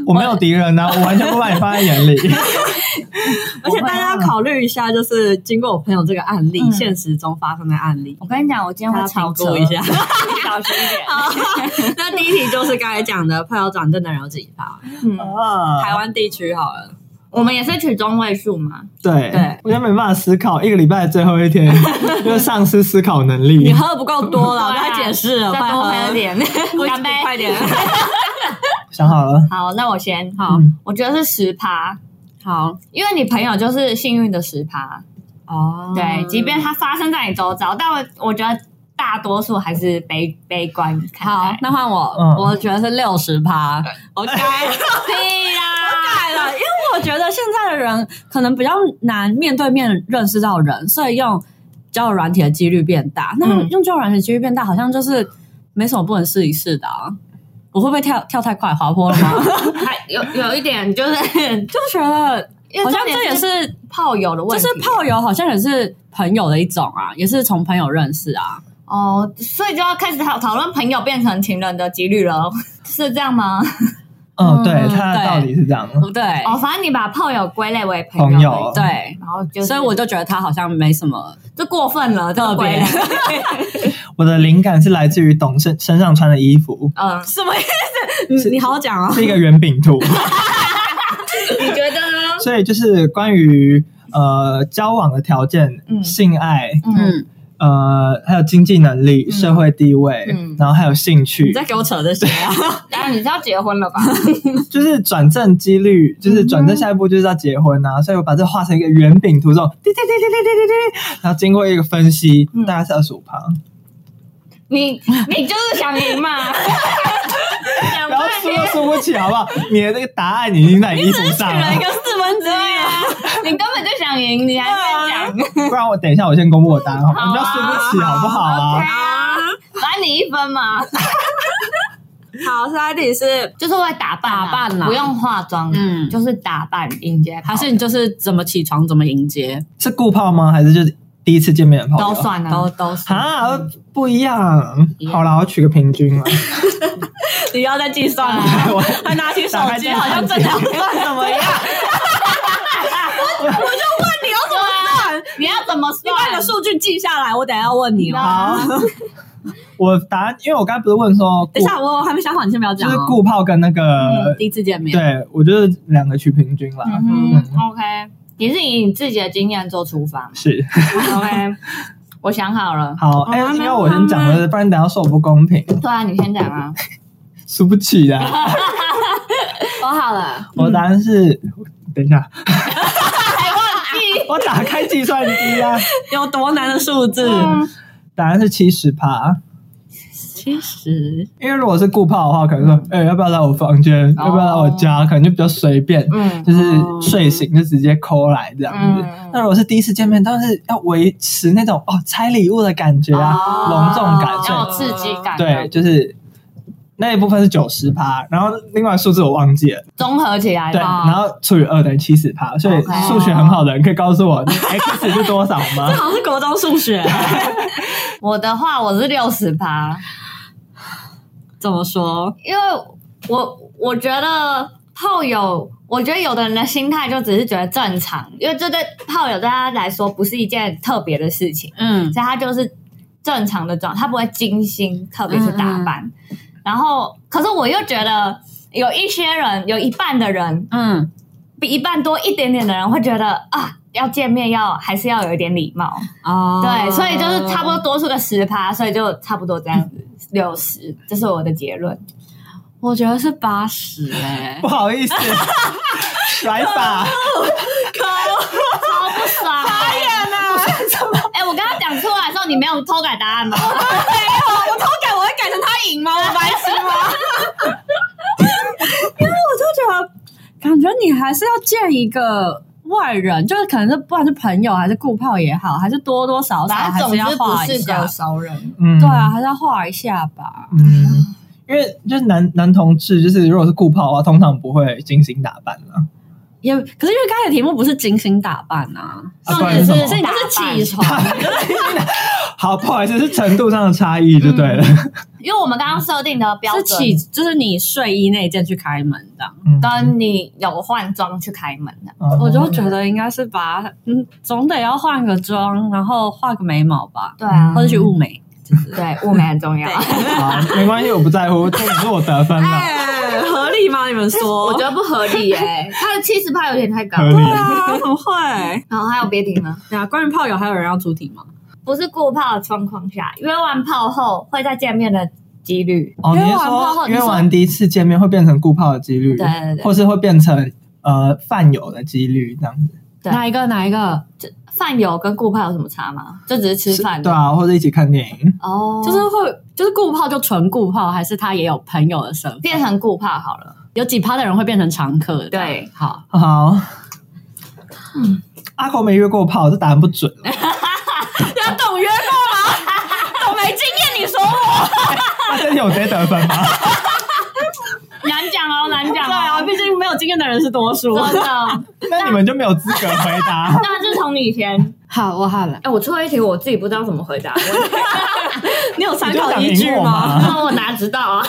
Speaker 2: 我没有敌人啊，我完全不把你放在眼里。
Speaker 5: 而且大家要考虑一下，就是经过我朋友这个案例，
Speaker 3: 啊嗯
Speaker 5: 现实中发生的案例，
Speaker 3: 我跟你讲，我今天会
Speaker 5: 大家
Speaker 3: 超
Speaker 5: 评
Speaker 3: 车
Speaker 5: 估一下，。
Speaker 3: 你小心一点。
Speaker 5: 那第一题就是刚才讲的，朋友转正的人有几趴？
Speaker 3: 嗯，
Speaker 5: 台
Speaker 2: 啊，
Speaker 5: 湾地区好了，
Speaker 3: 我们也是取中位数嘛。
Speaker 2: 对
Speaker 3: 对，
Speaker 2: 我现在没办法思考，一个礼拜的最后一天就丧失思考能
Speaker 5: 你
Speaker 2: 力。
Speaker 5: 喝的不够多 了，我
Speaker 3: 对啊
Speaker 5: 刚才解释了，
Speaker 3: 再
Speaker 5: 快
Speaker 3: 多喝
Speaker 5: 喝
Speaker 3: 一，点，干杯！
Speaker 5: 快点。
Speaker 2: 想好了，
Speaker 3: 好，那我先好
Speaker 2: 嗯，
Speaker 3: 我觉得是十趴，
Speaker 5: 好
Speaker 3: 因为你朋友就是幸运的十趴。
Speaker 5: 哦
Speaker 3: 对，即便它发生在你周遭，但我我觉得大多数还是悲悲观看
Speaker 5: 好
Speaker 3: 待。，
Speaker 5: 那换我，
Speaker 2: 嗯
Speaker 5: 我觉得是六十趴，我该
Speaker 3: 屁啦！
Speaker 5: 改了，因为我觉得现在的人可能比较难面对面认识到人，所以用交友软体的几率变大。那
Speaker 3: 嗯
Speaker 5: 用交友软体的几率变大，好像就是没什么不能试一试的啊。我会不会跳跳太快滑坡了吗？
Speaker 3: 还有有一点就是，
Speaker 5: 就觉得
Speaker 3: 因
Speaker 5: 好
Speaker 3: 为
Speaker 5: 像这也
Speaker 3: 也
Speaker 5: 是，
Speaker 3: 炮友的
Speaker 5: 就
Speaker 3: 问题，啊
Speaker 5: 是炮友好像也是朋友的一种啊，也是从朋友认识啊。
Speaker 3: 哦，所以就要开始讨讨论朋友变成情人的几率了， 是这样吗？
Speaker 2: 嗯，
Speaker 5: 嗯
Speaker 2: 对，他的
Speaker 5: 对
Speaker 2: 道理是这样的。
Speaker 5: 不对，嗯
Speaker 3: 哦，反正你把炮友归类为
Speaker 2: 朋
Speaker 3: 友
Speaker 2: 友
Speaker 3: 而已，
Speaker 5: 对，
Speaker 3: 然后就是，
Speaker 5: 所以我就觉得他好像没什么
Speaker 3: 就过分了，这个
Speaker 5: 特
Speaker 3: 归
Speaker 5: 别
Speaker 3: 类，
Speaker 2: 我的灵感是来自于董身身上穿的 衣服，
Speaker 3: 嗯，
Speaker 5: 什么意思？你你好好讲啊。
Speaker 2: 是一个圆饼图。
Speaker 3: 你觉得呢？
Speaker 2: 所以就是关于呃交往的条件、
Speaker 3: 嗯
Speaker 2: 性爱、
Speaker 3: 嗯，
Speaker 2: 呃还有经济能力、
Speaker 3: 嗯
Speaker 2: 社会地位，
Speaker 3: 嗯
Speaker 2: 然后还有兴趣
Speaker 5: 你。在给我扯这些 啊？
Speaker 3: 当哎然你是要结婚了 吧？
Speaker 2: 就是转正几率，就是转正下一步就是要结婚啊，所以我把这画成一个圆饼图，这种滴滴滴滴滴滴滴滴，然后经过一个分析，
Speaker 3: 嗯
Speaker 2: 大概是二十五趴。
Speaker 3: 你你就是想赢 嘛，想
Speaker 2: 然后
Speaker 3: 半
Speaker 2: 输都
Speaker 3: 天。
Speaker 2: 输不起，好不好？你的那个答案已经在你衣服 上
Speaker 5: 选了一
Speaker 2: 了，
Speaker 5: 个四分之
Speaker 3: 对
Speaker 5: 一，
Speaker 3: 啊， 你根本就想赢，你还在讲。
Speaker 2: 不然我等一下我先公布我答案，好
Speaker 3: 好
Speaker 2: 吗？
Speaker 3: 啊
Speaker 2: 你不要输不起， 好不好
Speaker 3: 对
Speaker 2: 啊？
Speaker 3: 啊，反正你一分嘛，
Speaker 5: 好，下一题是，
Speaker 3: 就是会打扮啊，啊
Speaker 5: 打扮啦
Speaker 3: 不用化妆，
Speaker 5: 嗯
Speaker 3: 就是打扮迎接炮，
Speaker 5: 还是你就是怎么起床怎么迎接，
Speaker 2: 是顾炮吗？还是就是第一次见面的炮友？
Speaker 3: 都算啊，
Speaker 5: 都都是。
Speaker 2: 啊，不一样。好啦，我取个平均了。
Speaker 5: 你要再计算了，
Speaker 2: 我
Speaker 5: 还拿起手
Speaker 2: 打开
Speaker 5: 机，
Speaker 2: 这个
Speaker 5: 好像
Speaker 2: 按
Speaker 5: 正
Speaker 2: 键
Speaker 5: 在算什么样？
Speaker 3: 你要怎么算？你要怎么
Speaker 5: 你把你的
Speaker 3: 算？
Speaker 5: 数据记下来，我等一下要问你哦。
Speaker 2: 好，我答案，因为我刚才不是问说顾，
Speaker 5: 等一下，我我还没想好，你先不要
Speaker 2: 就
Speaker 5: 讲
Speaker 2: 是
Speaker 5: 哦。
Speaker 2: 顾炮跟那个
Speaker 5: 嗯，第一次见面，
Speaker 2: 对，我觉得两个取平均啦。
Speaker 3: 嗯哼，OK，你是以你自己的经验做出发嘛
Speaker 2: 是
Speaker 3: ，OK，我想好了，
Speaker 2: 好，哎、
Speaker 5: 慢慢
Speaker 2: 要我先讲了，不然等一下说我不公平。
Speaker 3: 对啊，你先讲啊，
Speaker 2: 输不起的。
Speaker 3: 我好了，
Speaker 2: 我答案是，等一下，还忘
Speaker 3: 嗯
Speaker 2: 记，我打开计算机 啊，
Speaker 5: 有多难的数字？
Speaker 2: 答案是七十趴。
Speaker 5: 其实
Speaker 2: 因为如果是顾炮的话，可能
Speaker 3: 嗯
Speaker 2: 说，哎、要不要来我房间？要不要来我家？可能就比较随便，
Speaker 3: 哦嗯
Speaker 2: 就是睡醒就直接 call 来这样子。
Speaker 3: 嗯
Speaker 2: 那如果是第一次见面，当然是要维持那种哦拆礼物的感觉啊，隆重感。所
Speaker 3: 哦
Speaker 2: 以
Speaker 3: 要有刺激感，啊
Speaker 2: 对，，就是那一部分是九十趴，然后另外数字我忘记了，
Speaker 3: 综合起来
Speaker 2: 对，
Speaker 3: 吧。
Speaker 2: 然后除以二等于七十趴，所以
Speaker 3: OK
Speaker 2: 数学很好的人可以告诉我你 x 是多少吗？
Speaker 5: 好像是国中数学，
Speaker 3: 我的话，我是六十趴，
Speaker 5: 怎么说？
Speaker 3: 因为我我觉得炮友，我觉得有的人的心态就只是觉得正常，因为这对炮友对他来说不是一件特别的事情，
Speaker 5: 嗯，
Speaker 3: 所以他就是正常的状态，他不会精心特别去
Speaker 5: 嗯
Speaker 3: 打扮。然后，可是我又觉得有一些人，有一半的人，
Speaker 5: 嗯，
Speaker 3: 比一半多一点点的人会觉得啊。要见面要还是要有一点礼貌，
Speaker 5: 哦，
Speaker 3: 对，所以就是差不多多出个十趴，所以就差不多这样子六十，这是我的结论。
Speaker 5: 我觉得是八十哎
Speaker 2: 不，好 意思，甩法。
Speaker 3: 超不爽、 傻眼啊！哎、我刚刚讲出来的时候，你没有偷改答案吗？哦
Speaker 4: 改我会改成他赢吗？我白痴吗？
Speaker 5: 就觉得感觉你还是要见一个外人，就是可能是不管是朋友还是顾炮也好，还是多多少少
Speaker 3: 反
Speaker 5: 还
Speaker 3: 正总
Speaker 5: 是要
Speaker 3: 之不
Speaker 5: 画一
Speaker 3: 是
Speaker 5: 下
Speaker 3: 个。熟人。
Speaker 2: 嗯，
Speaker 5: 对啊，，还是要画一下吧。
Speaker 2: 嗯。因为就是男男同志，就是如果是顾炮的话，通常不会精心打扮了。
Speaker 5: 也可是因为刚才的题目不是精心打扮啊，
Speaker 2: 啊，不然是什
Speaker 3: 嗯
Speaker 5: 所以
Speaker 2: 么？
Speaker 5: 你就是起床，
Speaker 2: 好，不好意思，是程度上的差异就对了。
Speaker 3: 因为我们刚刚设定的标
Speaker 5: 是
Speaker 3: 准，
Speaker 5: 起就是你睡衣那一件去开门这样。
Speaker 2: 嗯，
Speaker 3: 跟你有换装去开门的，
Speaker 2: 嗯
Speaker 5: 我就觉得应该是把嗯，总得要换个妆，然后画个眉毛吧，
Speaker 3: 对啊
Speaker 5: 或者去雾眉。
Speaker 3: 对，雾眉很重要。
Speaker 2: 好，没关系，我不在乎，重点是我得分了，
Speaker 5: 哎，合理吗？你们说？
Speaker 3: 我觉得不合理耶、 他的七十趴有点太高
Speaker 2: 合。理。
Speaker 5: 啊，怎么会？
Speaker 3: 然后还有别停了，
Speaker 5: 对啊，关于炮友还有人要出题吗？
Speaker 3: 不是过炮的状况下，约完炮后会再见面的几率，
Speaker 2: 哦，你
Speaker 5: 约
Speaker 2: 是
Speaker 5: 完炮后
Speaker 2: 说
Speaker 5: 你
Speaker 2: 约
Speaker 5: 说
Speaker 2: 完第一次见面会变成顾炮的几率，
Speaker 3: 对对对
Speaker 2: 或是会变成呃饭友的几率这样子，
Speaker 3: 对
Speaker 5: 哪一个？哪一个？
Speaker 3: 饭友跟过炮有什么差吗？就只是吃饭，
Speaker 2: 对啊，或者一起看电影，
Speaker 3: 哦，
Speaker 5: 就是会，就是顾炮就纯顾炮，还是他也有朋友的身份？
Speaker 3: 变成过炮好了。
Speaker 5: 有几趴的人会变成常客？
Speaker 3: 对，
Speaker 5: 好，
Speaker 2: 好。
Speaker 5: 嗯
Speaker 2: 阿口没约过炮，这答案 不准。
Speaker 5: 要懂约炮吗？ 我没经验，你说我？
Speaker 2: 那真有谁 得分吗？
Speaker 3: 难讲 哦，难讲
Speaker 5: 对啊，
Speaker 3: 哦，
Speaker 5: 毕竟没有经验的人是多数。
Speaker 3: 真的。
Speaker 2: 那你们就没有资格回答。
Speaker 3: 那就从以前，
Speaker 5: 好，我好了，
Speaker 3: 哎，我出了一题，我自己不知道怎么回 答，
Speaker 5: 你有参
Speaker 2: 你就
Speaker 5: 考
Speaker 2: 想
Speaker 5: 依
Speaker 2: 赢
Speaker 5: 据
Speaker 2: 我
Speaker 5: 吗？
Speaker 2: 吗
Speaker 3: 那我哪知道啊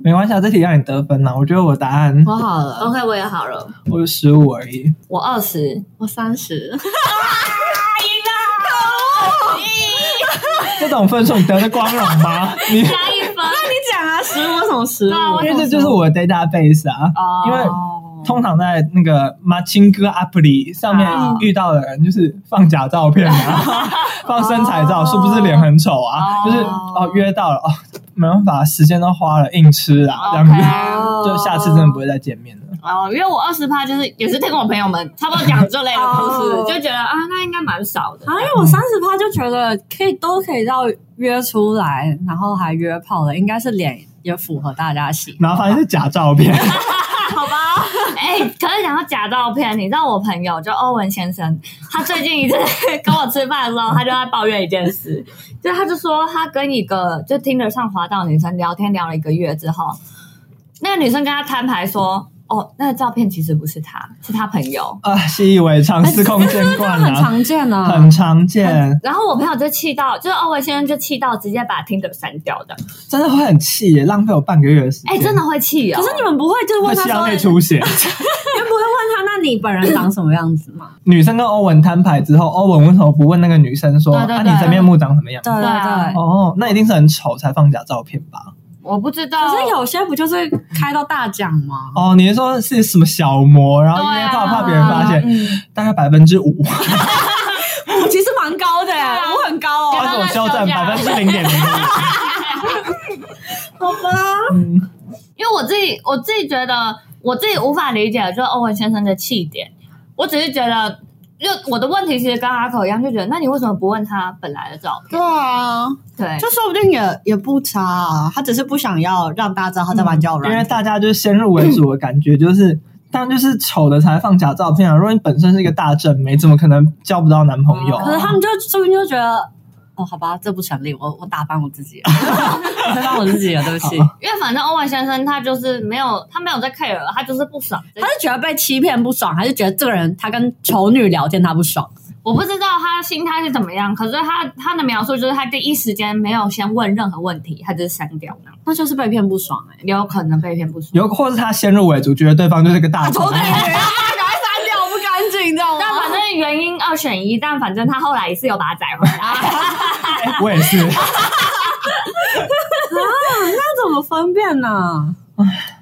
Speaker 2: 没关系，啊，这题让你得分了。我觉得我答案
Speaker 5: 我好了，
Speaker 3: ？OK，我也好了，
Speaker 2: 我有十五而已。
Speaker 3: 我二十，
Speaker 5: 我三十，
Speaker 3: 哦
Speaker 2: 这种分数你得的光荣吗？ 你
Speaker 5: 啊
Speaker 3: 加一分。
Speaker 5: 你讲啊，十我什么十
Speaker 3: 对啊我
Speaker 2: 因为这就是我的 database 啊。
Speaker 3: 哦
Speaker 2: 因为通常在那个 Matching 哥 App 里上面
Speaker 3: 啊
Speaker 2: 遇到的人，就是放假照 片啊，放身材照，是不是脸很丑啊？
Speaker 3: 哦
Speaker 2: 就是哦约到了哦，没办法，时间都花了，硬吃啊，这样
Speaker 3: OK
Speaker 2: 子，
Speaker 4: 哦
Speaker 2: 就下次真的不会再见面了。
Speaker 3: 哦，因为我二十趴就是也是在跟我朋友们差不多讲这类的故事，
Speaker 5: 哦
Speaker 3: 就觉得啊，那应该蛮少的。
Speaker 5: 啊，因为我三十趴就觉得可以都可以到约出来，然后还约炮了，应该是脸也符合大家喜
Speaker 2: 然后发现是假 照片，
Speaker 3: 哎、可是讲到假照片，你知道我朋友就欧文先生，他最近一次跟我吃饭的时候，他就在抱怨一件事，就是他就说他跟一个就听得上滑道的女生聊天聊了一个月之后，那个女生跟他摊牌说，哦，那个照片其实不是他，是他朋友。
Speaker 2: 啊，习以为常，司空见惯
Speaker 5: 哎很
Speaker 3: 哎
Speaker 2: 啊，
Speaker 5: 常见呢、
Speaker 2: 很常见，
Speaker 3: 然后我朋友就气到，就是欧文先生就气到直接把 Tinder 删掉的，
Speaker 2: 真的会很气耶，浪费我半个月的时间。
Speaker 3: 哎、真的会气哦。
Speaker 5: 可是你们不会就是
Speaker 2: 会
Speaker 5: 问他
Speaker 2: 气
Speaker 5: 说，
Speaker 2: 到内
Speaker 5: 你
Speaker 2: 出血。
Speaker 5: 们不会问他，那你本人长什么样子 吗？
Speaker 2: 女生跟欧文摊牌之后，欧文为什么不问那个女生说：“
Speaker 3: 对对
Speaker 2: 啊，
Speaker 3: 对
Speaker 2: 你真面目长什么样子
Speaker 5: 对对
Speaker 3: 对啊
Speaker 5: 对。
Speaker 2: 哦，那一定是很丑才放假照片吧？
Speaker 3: 我不知道，
Speaker 5: 可是有些不就是开到大奖吗？
Speaker 2: 哦，你是说是什么小模，然后
Speaker 3: 对啊
Speaker 2: 因为怕怕别人发现，
Speaker 3: 嗯
Speaker 2: 大概百分之五， 哦
Speaker 5: 我哦其实蛮高的、
Speaker 3: 啊
Speaker 5: 我很高
Speaker 3: 对啊。
Speaker 5: 哦
Speaker 2: 但是我修正百分之零点零五。
Speaker 4: 好吧，
Speaker 2: 嗯，
Speaker 3: 因为我自己我自己觉得我自己哦无法理解，就是欧文先生的气点。我只是觉得，就我的问题其实跟阿口一样，就觉得那你为什么不问他本来的照片？
Speaker 4: 对啊，
Speaker 3: 对，
Speaker 4: 就说不定也也不差、啊，他只是不想要让大家知道他在玩交友
Speaker 2: 因
Speaker 4: 软
Speaker 2: 为
Speaker 4: 件。
Speaker 2: 大家就是先入为主的感觉，就是当然就是丑的才放假照片啊。如果你本身是一个大正妹，怎么可能交不到男朋友
Speaker 5: 可
Speaker 2: 啊？
Speaker 3: 哦
Speaker 5: 是他们就说不定就觉得，哦，好吧，这不成立，我我打翻我自己了， 我推翻我自己了，对不起。
Speaker 3: 因为反正欧文先生他就是没有他没有在 care，他就是不爽这
Speaker 5: 他是觉得被欺骗不爽，还是觉得这个人他跟丑女聊天他不爽？
Speaker 3: 我不知道他心态是怎么样，可是他他的描述就是他第一时间没有先问任何问题，他就是删掉那样，
Speaker 5: 那就是被骗不爽哎、
Speaker 3: 有可能被骗不爽。
Speaker 2: 有，或是他先入为主，觉得对方就是 个
Speaker 3: 啊
Speaker 2: 大哎 丑妹。
Speaker 5: 删掉不干净，你知道
Speaker 3: 但反正原因二选一，但反正他后来也是有把他载回来。
Speaker 2: 哎我也是，
Speaker 5: 那怎么分辨呢、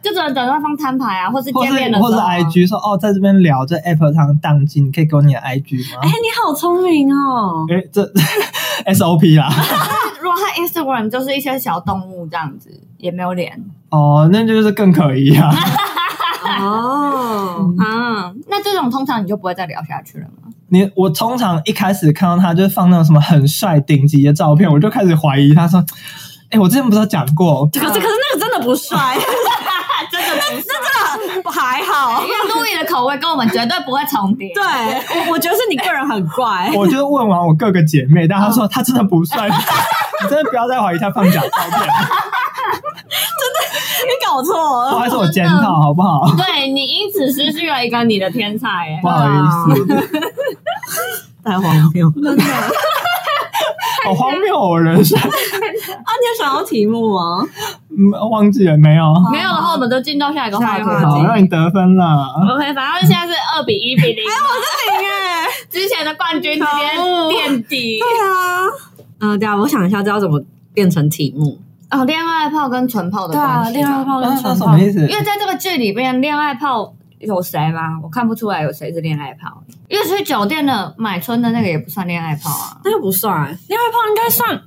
Speaker 3: 就只能等对方摊牌啊，或是
Speaker 2: 或
Speaker 3: 见
Speaker 2: 是
Speaker 3: 面的时
Speaker 2: 或
Speaker 3: 候
Speaker 2: 是
Speaker 3: 啊、
Speaker 2: IG 说哦，在这边聊这 app 上宕机，你可以给我你的 IG
Speaker 5: 哎、
Speaker 2: 吗？
Speaker 5: 你好聪明哦！
Speaker 2: 哎，这 SOP 啦。
Speaker 3: 如果他 Instagram 就是一些小动物这样子，也没有脸。
Speaker 2: 哦，那就是更可疑 啊。
Speaker 5: 哦，
Speaker 3: 啊，那这种通常你就不会再聊下去了吗？
Speaker 2: 你我通常一开始看到他就是放那种什么很帅顶级的照片，我就开始怀疑他说，哎，我之前不是有讲过，
Speaker 5: 可是可是那个真的不 帅，
Speaker 3: 啊，真的不是，
Speaker 4: 我还好
Speaker 3: 因，为路易的口味跟我们绝对不会重叠。
Speaker 4: 对，
Speaker 5: 我我觉得是你个人很 怪。
Speaker 2: 我就问完我各个姐妹，但她说她真的不
Speaker 3: 嗯
Speaker 2: 帅， 你真的不要再怀疑她放假照片，
Speaker 4: 你搞错
Speaker 2: 不
Speaker 4: 了。
Speaker 2: 好意思，我检讨好不好？
Speaker 3: 哦对你因此失去了一个你的天才、欸
Speaker 2: 不，好意思，
Speaker 3: 啊
Speaker 4: 太荒谬！真的，
Speaker 5: 啊
Speaker 2: 好荒谬哦，我人生，
Speaker 4: 啊，你有想要题目吗？
Speaker 2: 嗯，忘记了没有？
Speaker 3: 没有的话，我们就进到下一个话
Speaker 4: 下
Speaker 3: 题
Speaker 4: 一个话
Speaker 2: 好，
Speaker 4: 题
Speaker 2: 让你得分了。
Speaker 3: OK，反正现在是二比一比零，
Speaker 5: 哎
Speaker 4: 对耶，
Speaker 3: 之前的冠军直接垫底。
Speaker 4: 对啊，
Speaker 5: 嗯、对啊，我想一下，这要怎么变成题目？
Speaker 3: 哦，恋爱炮跟纯炮的
Speaker 5: 对啊，
Speaker 3: 关系
Speaker 5: 恋
Speaker 3: 吧，
Speaker 5: 爱泡
Speaker 2: 那
Speaker 5: 跟
Speaker 2: 那
Speaker 5: 纯
Speaker 2: 什
Speaker 5: 泡
Speaker 2: 么，意思？
Speaker 3: 哦 因为在这个剧里面，恋爱炮有谁吗？我看不出来有谁是恋爱炮，因为去酒店的买春的那个也不算恋爱炮啊。
Speaker 5: 那个不算，恋爱泡应该算。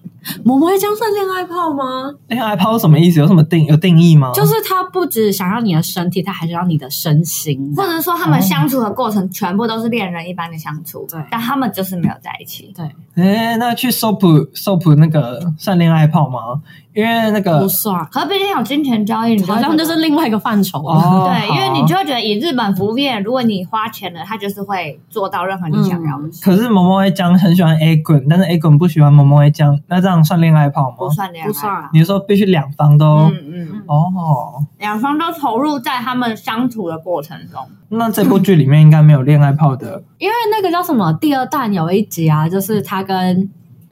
Speaker 5: 某某一江算恋爱泡吗？
Speaker 2: 恋爱泡是哎什么意思？有什么定有定义吗？
Speaker 5: 就是他不只想要你的身体，他还想要你的身心。
Speaker 3: 或者说他们相处的过程全部都是恋人一般的相处，
Speaker 5: 对
Speaker 3: 但他们就是没有在一起。
Speaker 2: 哎，那去 soap soap 那个算恋爱泡吗？因为那个
Speaker 5: 不算，
Speaker 3: 可是毕竟有金钱交易，你
Speaker 5: 好像
Speaker 3: 会觉
Speaker 5: 就
Speaker 3: 得
Speaker 5: 是啊另外一个范畴了。
Speaker 2: 哦，
Speaker 3: 对，因为
Speaker 2: 好
Speaker 3: 你就会觉得以日本服务业，如果你花钱了，他就是会做到任何你想
Speaker 5: 嗯
Speaker 3: 要的事，
Speaker 2: 可是某某 A 江很喜欢 A 滚，但是 A 滚不喜欢某某 A 江，那这样算恋爱泡
Speaker 3: 不
Speaker 2: 吗？
Speaker 3: 算恋爱，
Speaker 5: 不啊算
Speaker 2: 你是说必须两方都
Speaker 3: 嗯嗯，
Speaker 2: 哦？
Speaker 3: 两方都投入在他们相处的过程中。
Speaker 2: 那这部剧里面应该没有恋爱泡的，
Speaker 5: 因为那个叫什么第二弹有一集啊，就是他跟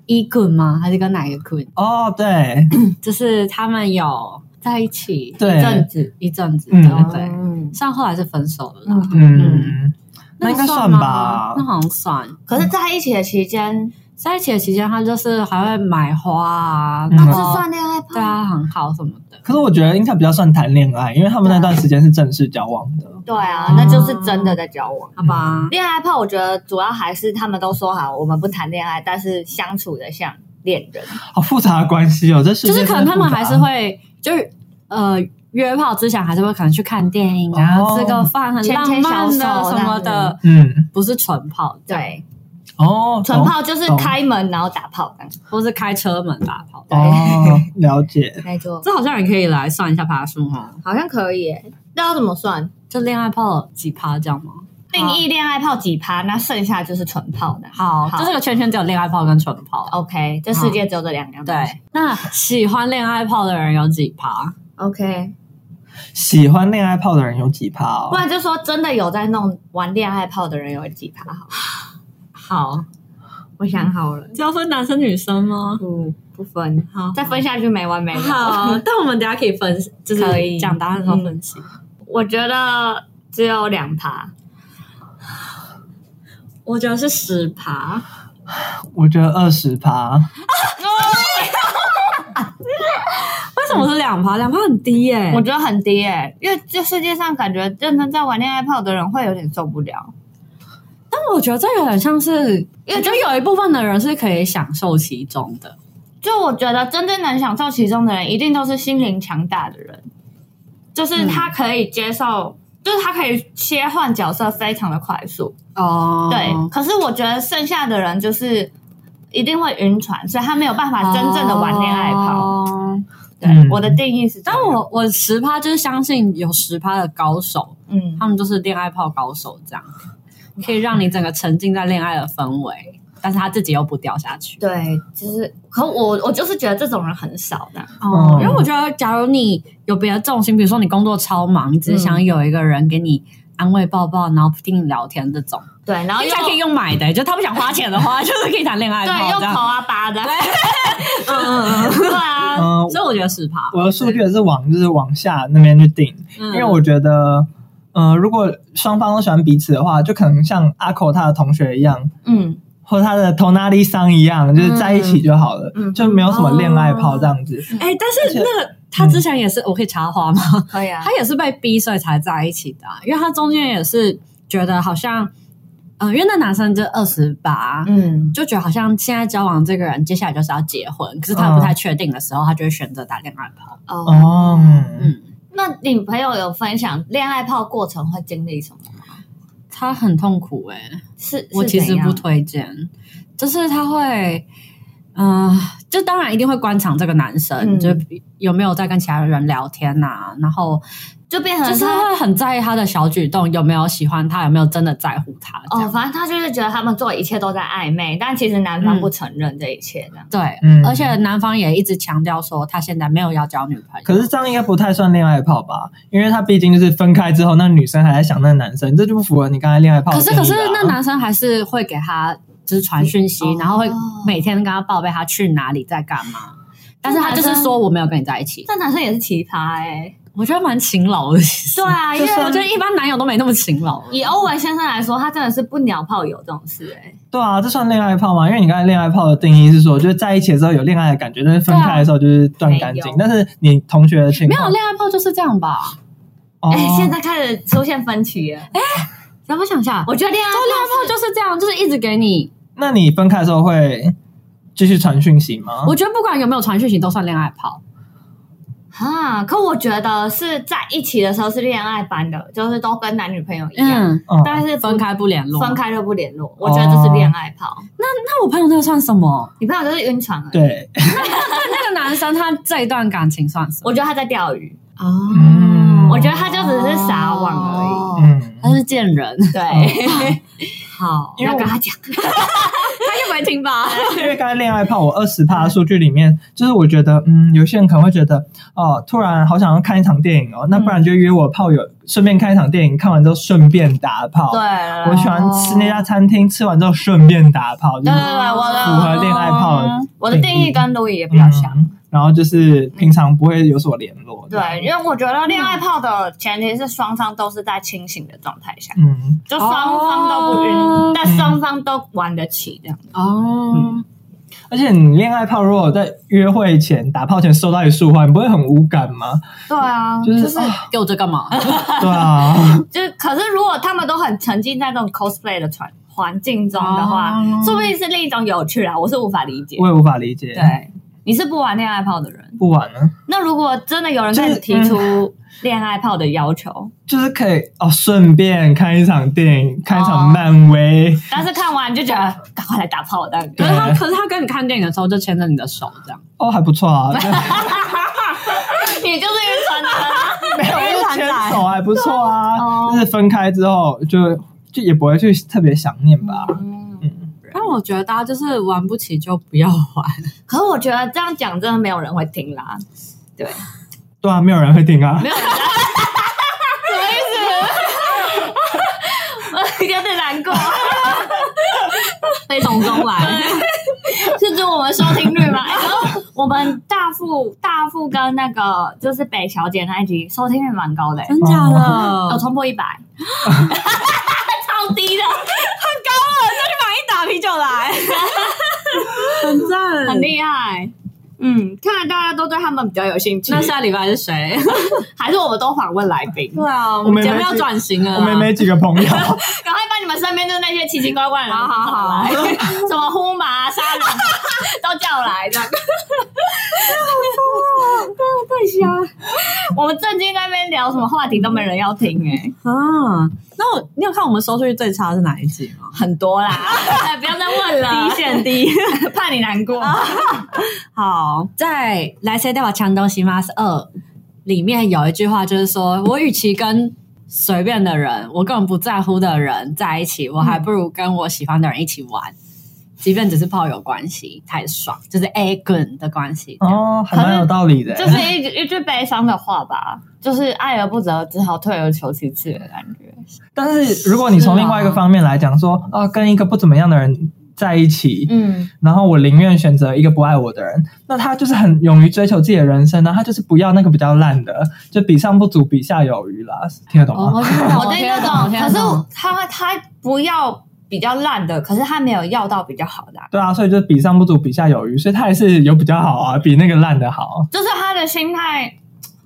Speaker 5: 伊棍吗？还是跟哪一个棍？
Speaker 2: 哦，对
Speaker 5: 就是他们有在一起一
Speaker 2: 对
Speaker 5: 阵子，一阵子，
Speaker 2: 嗯
Speaker 5: 对对对。
Speaker 3: 嗯，
Speaker 5: 像后来是分手了啦，
Speaker 2: 嗯，那
Speaker 5: 那
Speaker 2: 应该
Speaker 5: 个
Speaker 2: 算
Speaker 5: 吗
Speaker 2: 吧
Speaker 5: 那好像算。
Speaker 3: 可是在一起的期间，
Speaker 5: 在一起的期间，他就是还会买花啊，
Speaker 2: 嗯
Speaker 5: 然
Speaker 3: 不是
Speaker 5: 后
Speaker 3: 算恋爱
Speaker 5: 对
Speaker 3: 炮，
Speaker 5: 他很好什么的。
Speaker 2: 可是我觉得应该比较算谈恋爱，因为他们那段时间是正式交往的。
Speaker 3: 对啊，哦那就是真的在交往。
Speaker 5: 好吧，
Speaker 3: 恋爱炮，我觉得主要还是他们都说好，我们不谈恋爱，但是相处的像恋人。
Speaker 2: 好复杂的关系哦，这世
Speaker 5: 就
Speaker 2: 界
Speaker 5: 是可能
Speaker 2: 真的
Speaker 5: 他们
Speaker 2: 复杂
Speaker 5: 还是会，就是呃约炮之前还是会可能去看电影
Speaker 2: 哦
Speaker 5: 啊，吃个饭，很
Speaker 3: 牵
Speaker 5: 浪
Speaker 3: 牵小
Speaker 5: 漫的
Speaker 3: 手
Speaker 5: 什么
Speaker 3: 这样
Speaker 5: 的，
Speaker 2: 嗯
Speaker 5: 不是纯炮，
Speaker 3: 对，
Speaker 2: 哦，
Speaker 3: 纯
Speaker 2: 懂
Speaker 3: 炮就是
Speaker 2: 懂
Speaker 3: 开门然后打炮这样。
Speaker 5: 或是开车门打炮。
Speaker 2: 哦，了解。
Speaker 3: 没错，
Speaker 5: 这好像也可以来算一下趴数哈，
Speaker 3: 好像可以耶。那要怎么算？
Speaker 5: 就恋爱炮几趴这样吗？
Speaker 3: 定义恋爱炮几趴？那剩下就是纯炮的。
Speaker 5: 好，哦
Speaker 3: 好
Speaker 5: 就这个圈圈只有恋爱炮跟纯炮。
Speaker 3: OK，这世界只有这两样东西。
Speaker 5: 对，那喜欢恋爱炮的人有几趴？
Speaker 3: OK，
Speaker 2: 喜欢恋爱泡的人有几趴
Speaker 3: 不
Speaker 2: 哦？
Speaker 3: 然就说真的有在弄玩恋爱炮的人有几趴？好，
Speaker 5: 好，
Speaker 3: 我想好了，
Speaker 5: 这要分男生女生吗？
Speaker 3: 不嗯不分，
Speaker 5: 好，
Speaker 3: 再分下去没完没了。
Speaker 5: 好，但我们等一下可以嗯分，就是
Speaker 3: 可以
Speaker 5: 讲答案的时候分析。
Speaker 3: 我觉得只有两趴。
Speaker 5: 我觉得是十趴。
Speaker 3: 啊
Speaker 2: 我觉得二十 趴，
Speaker 5: 为什么是两趴？两趴很低
Speaker 3: 我
Speaker 5: 耶、嗯我
Speaker 3: 觉得很低诶、因为这世界上感觉认真在玩恋爱炮的人会有点受不了。
Speaker 5: 但我觉得这有点像是，因为就有一部分的人是可以享受其中的。
Speaker 3: 就我觉得真正能享受其中的人，一定都是心灵强大的人。就是他可以接受，就是他可以切换角色非常的快速。
Speaker 5: 哦，
Speaker 3: 对，可是我觉得剩下的人就是一定会晕船，所以他没有办法真正的玩恋爱泡。
Speaker 5: 哦
Speaker 3: 对，
Speaker 2: 嗯
Speaker 3: 我的定义是这
Speaker 5: 但
Speaker 3: 样，
Speaker 5: 我我十趴就是相信有十趴的高手，
Speaker 3: 嗯，
Speaker 5: 他们就是恋爱泡高手，这样可以让你整个沉浸在恋爱的氛围，但是他自己又不掉下去。
Speaker 3: 对，就是可我我就是觉得这种人很少的，
Speaker 5: 哦
Speaker 2: 嗯，
Speaker 5: 因为我觉得，假如你有别的重心，比如说你工作超忙，你只是
Speaker 2: 嗯
Speaker 5: 想有一个人给你安慰、抱抱，然后听你聊天这种，
Speaker 3: 对，然后
Speaker 5: 听
Speaker 3: 又
Speaker 5: 起来可以用买的、就他不想花钱的 话，就是可以谈恋爱
Speaker 3: 对
Speaker 5: 泡
Speaker 3: 又
Speaker 5: 这
Speaker 3: 头
Speaker 5: 样。
Speaker 3: 啊巴的，
Speaker 5: 嗯嗯嗯，
Speaker 3: 对啊，
Speaker 2: 嗯，
Speaker 5: 所以我觉得是嗯吧？
Speaker 2: 我的数据也是往就是往下那边去定，
Speaker 5: 因
Speaker 2: 因为我觉得，呃，如果双方都喜欢彼此的话，就可能像阿口他的同学一样，
Speaker 3: 嗯，
Speaker 2: 或他的头那里桑一样，
Speaker 5: 嗯
Speaker 2: 就是在一起就好了，
Speaker 3: 嗯嗯
Speaker 2: 就没有什么恋爱泡这样子。
Speaker 5: 哎、但
Speaker 2: 而且嗯
Speaker 5: 是那个他之前也是，我可以插话吗？
Speaker 3: 可以啊，
Speaker 5: 他也是被逼所以才在一起的啊、因为他中间也是觉得好像，嗯、因为那男生就二十八，
Speaker 3: 嗯，
Speaker 5: 就觉得好像现在交往这个人，接下来就是要结婚，可是他
Speaker 2: 嗯
Speaker 5: 不太确定的时候，他就会选择打恋爱炮。
Speaker 3: 哦，
Speaker 2: 哦，
Speaker 5: 嗯
Speaker 3: 那你朋友有分享恋爱泡过程会经历什么？
Speaker 5: 他很痛苦哎、
Speaker 3: 是，
Speaker 5: 我
Speaker 3: 是
Speaker 5: 其实
Speaker 3: 怎样
Speaker 5: 不推荐，就是他会，嗯、就当然一定会观察这个男生，
Speaker 3: 嗯
Speaker 5: 就有没有在跟其他人聊天呐、然后
Speaker 3: 就变成
Speaker 5: 就是
Speaker 3: 嗯他
Speaker 5: 会很在意他的小举动，有没有喜欢他，有没有真的在乎他这
Speaker 3: 哦，
Speaker 5: 样。
Speaker 3: 反正他就是觉得他们做的一切都在暧昧，但其实男方
Speaker 5: 嗯
Speaker 3: 不承认这一切这样。
Speaker 5: 对，
Speaker 2: 嗯
Speaker 5: 而且男方也一直强调说他现在没有要交女朋友。
Speaker 2: 可是这样应该不太算恋爱泡吧？因为他毕竟就是分开之后，那女生还在想那男生，这就不符合你刚才恋爱
Speaker 3: 哦
Speaker 2: 泡的
Speaker 5: 可是
Speaker 2: 定义
Speaker 5: 可
Speaker 2: 吧。
Speaker 5: 是那男生还是会给他就是传讯息，
Speaker 3: 哦
Speaker 5: 然后会每天跟他报备他去哪里在干嘛。但是他就是说我没有跟你在一起，
Speaker 3: 这男生也是奇葩哎、
Speaker 5: 我觉得蛮勤劳的。其实
Speaker 3: 对， 啊，因
Speaker 2: 就
Speaker 3: 为
Speaker 2: 是啊
Speaker 5: 我觉得一般男友都没那么勤劳。
Speaker 3: 以欧文先生来说，他真的是不鸟炮友这种事哎、
Speaker 2: 对啊，这算恋爱泡吗？因为你刚才恋爱泡的定义是说，就是在一起的时候有恋爱的感觉，但是分开的时候就是断干净
Speaker 3: 对啊。
Speaker 2: 但是你同学的情
Speaker 5: 没
Speaker 2: 况
Speaker 5: 有恋爱泡就是这样吧？
Speaker 2: 哦
Speaker 3: 哎、现在开始出现分歧了。
Speaker 5: 让我想一下，
Speaker 3: 我觉得恋爱
Speaker 5: 就恋爱泡就是这样，就是一直给你。
Speaker 2: 那你分开的时候会继续传讯息吗？
Speaker 5: 我觉得不管有没有传讯息都算恋爱泡。
Speaker 3: 啊，可我觉得是在一起的时候是恋爱般的，就是都跟男女朋友一样，
Speaker 5: 嗯，
Speaker 2: 嗯
Speaker 3: 但是不
Speaker 5: 分开不联络。
Speaker 3: 分。开就不联络，我觉得这是恋爱炮。
Speaker 5: 那我朋友那个算什么？
Speaker 3: 你朋友就是晕船而已，
Speaker 2: 哦对，
Speaker 5: 那个男生他这一段感情算什么？
Speaker 3: 我觉得他在钓鱼，
Speaker 5: 哦
Speaker 2: 嗯
Speaker 3: 我觉得他就只是撒网而已。
Speaker 5: 已。
Speaker 2: 嗯，
Speaker 5: 他是贱人，
Speaker 3: 对，
Speaker 2: 哦
Speaker 5: 好，
Speaker 3: 不要跟他讲，
Speaker 5: 他又没听吧？
Speaker 2: 因为刚才恋爱泡，我二十趴数据里面，就是我觉得，嗯，有些人可能会觉得，哦，突然好想要看一场
Speaker 3: 嗯
Speaker 2: 电影哦，那不然就约我炮友，顺便看一场电影，看完之后顺便打炮。
Speaker 3: 对，啊
Speaker 2: 我喜欢吃那家餐厅，吃完之后顺便打炮，就
Speaker 3: 对
Speaker 2: 是
Speaker 3: 对对，我的嗯
Speaker 2: 符合恋爱炮的
Speaker 3: 我的定义跟路易也比较像。
Speaker 2: 嗯然后就是平常不会有所联络。
Speaker 3: 对，因为我觉得恋爱炮的前提是双方都是在清醒的状态下，
Speaker 2: 嗯，
Speaker 3: 就双方都不晕，
Speaker 5: 哦
Speaker 3: 但双方都玩得起这样。
Speaker 5: 哦，
Speaker 2: 而且你恋爱炮如果在约会前、打炮前收到一束花，你不会很无感 吗？
Speaker 3: 对啊，
Speaker 2: 就是
Speaker 3: 就是
Speaker 2: 啊
Speaker 5: 哦给我这干 嘛？
Speaker 2: 对啊，
Speaker 3: 就是，可是如果他们都很沉浸在那种 cosplay 的环环境中的话，说不定是另一种有趣啦，我是无法理解。
Speaker 2: 啊我也无法理解。，
Speaker 3: 对，你是不玩恋爱炮的人，
Speaker 2: 不玩了，
Speaker 3: 那如果真的有人跟你提
Speaker 2: 嗯
Speaker 3: 出恋爱炮的要 求，
Speaker 2: 就是可以哦，顺便看一场电影，看一场漫威。
Speaker 3: 但是看完就觉得啊赶快来打炮的，
Speaker 5: 可
Speaker 2: 对
Speaker 5: 是他，可是他跟你看电影的时候就牵着你的手这样，
Speaker 2: 哦，还不错 啊，对
Speaker 3: 你就是晕船 的。
Speaker 2: 没有就是牵手还不错
Speaker 3: 哦
Speaker 2: 啊。就是分开之后就就也不会去特别想念吧。
Speaker 3: 嗯，
Speaker 2: 嗯，
Speaker 5: 但我觉得大家就是玩不起就不要玩，
Speaker 3: 可是我觉得这样讲真的没有人会听啦，
Speaker 2: 对啊，没有人会听啊
Speaker 3: 没。有人在。什么意思？我有点难过。
Speaker 5: 被从中来。
Speaker 3: 是指我们收听率吗？哎可是我们大富大富跟那个就是北小姐那一集收听率蛮高的、 欸
Speaker 5: 真假
Speaker 3: 有
Speaker 5: 的？
Speaker 3: 冲破一 百，超低的，
Speaker 5: 打啤酒来，很赞，
Speaker 3: 很厉害。嗯，看来大家都对他们比较有兴趣。
Speaker 5: 那下礼拜是谁？
Speaker 3: 还是我们都访问来宾，
Speaker 5: 对啊，我
Speaker 2: 我
Speaker 5: 们
Speaker 2: 们
Speaker 5: 节
Speaker 2: 节
Speaker 5: 目
Speaker 2: 目
Speaker 5: 要
Speaker 2: 要
Speaker 5: 转
Speaker 2: 转
Speaker 5: 型了，
Speaker 2: 我们没几个 朋友，
Speaker 3: 赶快把你们身边的那些奇奇怪怪的人
Speaker 5: 好好好
Speaker 3: 找来，什么呼麻、沙龙都叫来，这样。太
Speaker 5: 啊
Speaker 3: 瞎。我们正经在那边聊什么话题都没人要听哎、
Speaker 6: 啊，那我你有看我们收视率最差是哪一集吗？
Speaker 3: 很多 啦，哎不要再问
Speaker 5: 啊
Speaker 3: 了，
Speaker 6: 低线 低。
Speaker 3: 怕你难过。
Speaker 6: 好，
Speaker 5: 在《来谁带我强东西吗》是二里面有一句话，就是说我与其跟随便的人，我根本不在乎的人在一起，我还不如跟我喜欢的人一起玩，即便只是炮友关系，太爽，就是 A 滚的关系。
Speaker 2: 哦，还蛮有道理的。
Speaker 3: 就是一一句悲伤的话吧，就是爱而不得，只好退而求其次的感觉。
Speaker 2: 但是如果你从另外一个方面来讲，说啊，跟一个不怎么样的人在一起，
Speaker 3: 嗯，
Speaker 2: 然后我宁愿选择一个不爱我的人，那他就是很勇于追求自己的人生呢、他就是不要那个比较烂的，就比上不足，比下有余啦，听得懂吗？
Speaker 5: 哦，我听得懂，
Speaker 3: 我听得
Speaker 5: 我
Speaker 3: 懂，
Speaker 5: 听
Speaker 3: 可
Speaker 5: 得
Speaker 3: 是
Speaker 5: 懂
Speaker 3: 他他不要比较烂的，可是他没有要到比较好的啊、
Speaker 2: 对啊，所以就是比上不足，比下有余，所以他还是有比较好啊，比那个烂的好。
Speaker 3: 就是他的心态，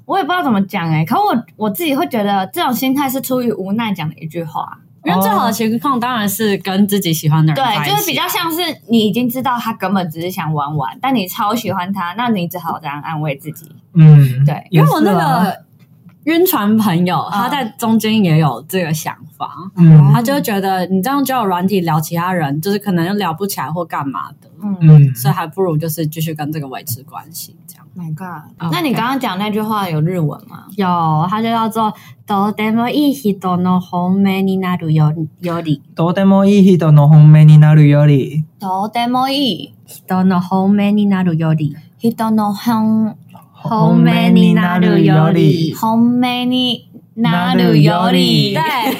Speaker 3: 我也不知道怎么讲哎、可我我自己会觉得这种心态是出于无奈讲的一句话，
Speaker 5: 因为最好的情况当然是跟自己喜欢的人在一
Speaker 3: 对，
Speaker 5: 起，啊
Speaker 3: 就是比较像是你已经知道他根本只是想玩玩，但你超喜欢他，那你只好这样安慰自己。
Speaker 2: 嗯，
Speaker 3: 对
Speaker 2: 也
Speaker 5: 因为
Speaker 2: 是
Speaker 5: 我那
Speaker 2: 啊，
Speaker 5: 个晕船朋友，他
Speaker 3: 嗯
Speaker 5: 在中间也有这个想法，
Speaker 2: 嗯
Speaker 5: 他就觉得你这样交友软体聊其他人，就是可能又聊不起来或干嘛的，
Speaker 3: 嗯
Speaker 2: 嗯，
Speaker 5: 所以还不如就是继续跟这个维持关系这样。
Speaker 3: ，Oh ，My God，、
Speaker 5: 嗯
Speaker 3: 那你刚刚讲那句话有日文吗？
Speaker 5: 有，他就叫做都でもいい人の本命になるよより
Speaker 2: とてもいい人の本命になるより、
Speaker 3: とてもいい
Speaker 5: 人の本命になるより
Speaker 3: 人の本
Speaker 5: 本命になるより
Speaker 3: 本命になるより
Speaker 5: 对，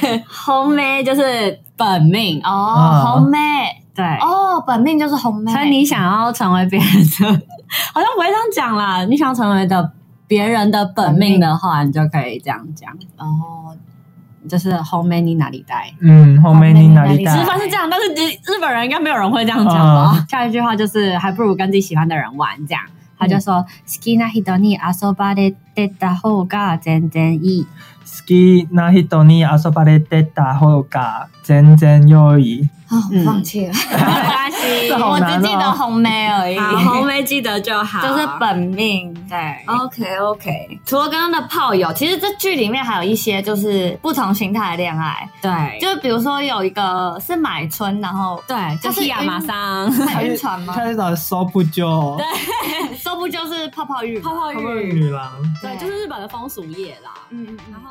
Speaker 5: 本命就是本命哦，
Speaker 3: 哦，
Speaker 2: 嗯
Speaker 3: 红妹
Speaker 5: 对
Speaker 3: 哦，本命就是红妹，
Speaker 5: 所以你想要成为别人的，好像不会这样讲啦。你想要成为的别人的本命的话，你就可以这样讲，
Speaker 3: 哦，
Speaker 5: 就是后面你哪里带。
Speaker 2: 嗯，本命にな
Speaker 5: 直
Speaker 2: り
Speaker 3: 对
Speaker 2: たい。
Speaker 5: 翻是这样，但是日日本人应该没有人会这样讲吧？ 下一句话就是还不如跟自己喜欢的人玩这样。他就说好きな人に遊ばれてた方が全然い い。
Speaker 2: 好きな人に遊ばれてた方が全然良い。
Speaker 3: 啊
Speaker 5: 嗯，
Speaker 3: 放弃了，
Speaker 5: 没关系，
Speaker 2: 这好
Speaker 3: 我
Speaker 2: 难哦
Speaker 3: 只记得红妹而已，
Speaker 5: 好， 后面记得就好。
Speaker 3: 就是本命。
Speaker 5: 对，
Speaker 3: OK OK，除了刚刚的炮友，其实这剧里面还有一些就是不同形态的恋爱，
Speaker 5: 对，
Speaker 3: 就比如说有一个是买春，然 后
Speaker 5: 对，就
Speaker 3: 就是是
Speaker 5: 亚麻桑。
Speaker 3: 很晕船吗？
Speaker 2: 他是找搜不就
Speaker 3: 这不就是泡泡浴吗？
Speaker 5: 泡泡浴
Speaker 2: 女郎。
Speaker 5: 对，就是日本的风俗业啦。
Speaker 3: 嗯嗯嗯
Speaker 5: 然。后。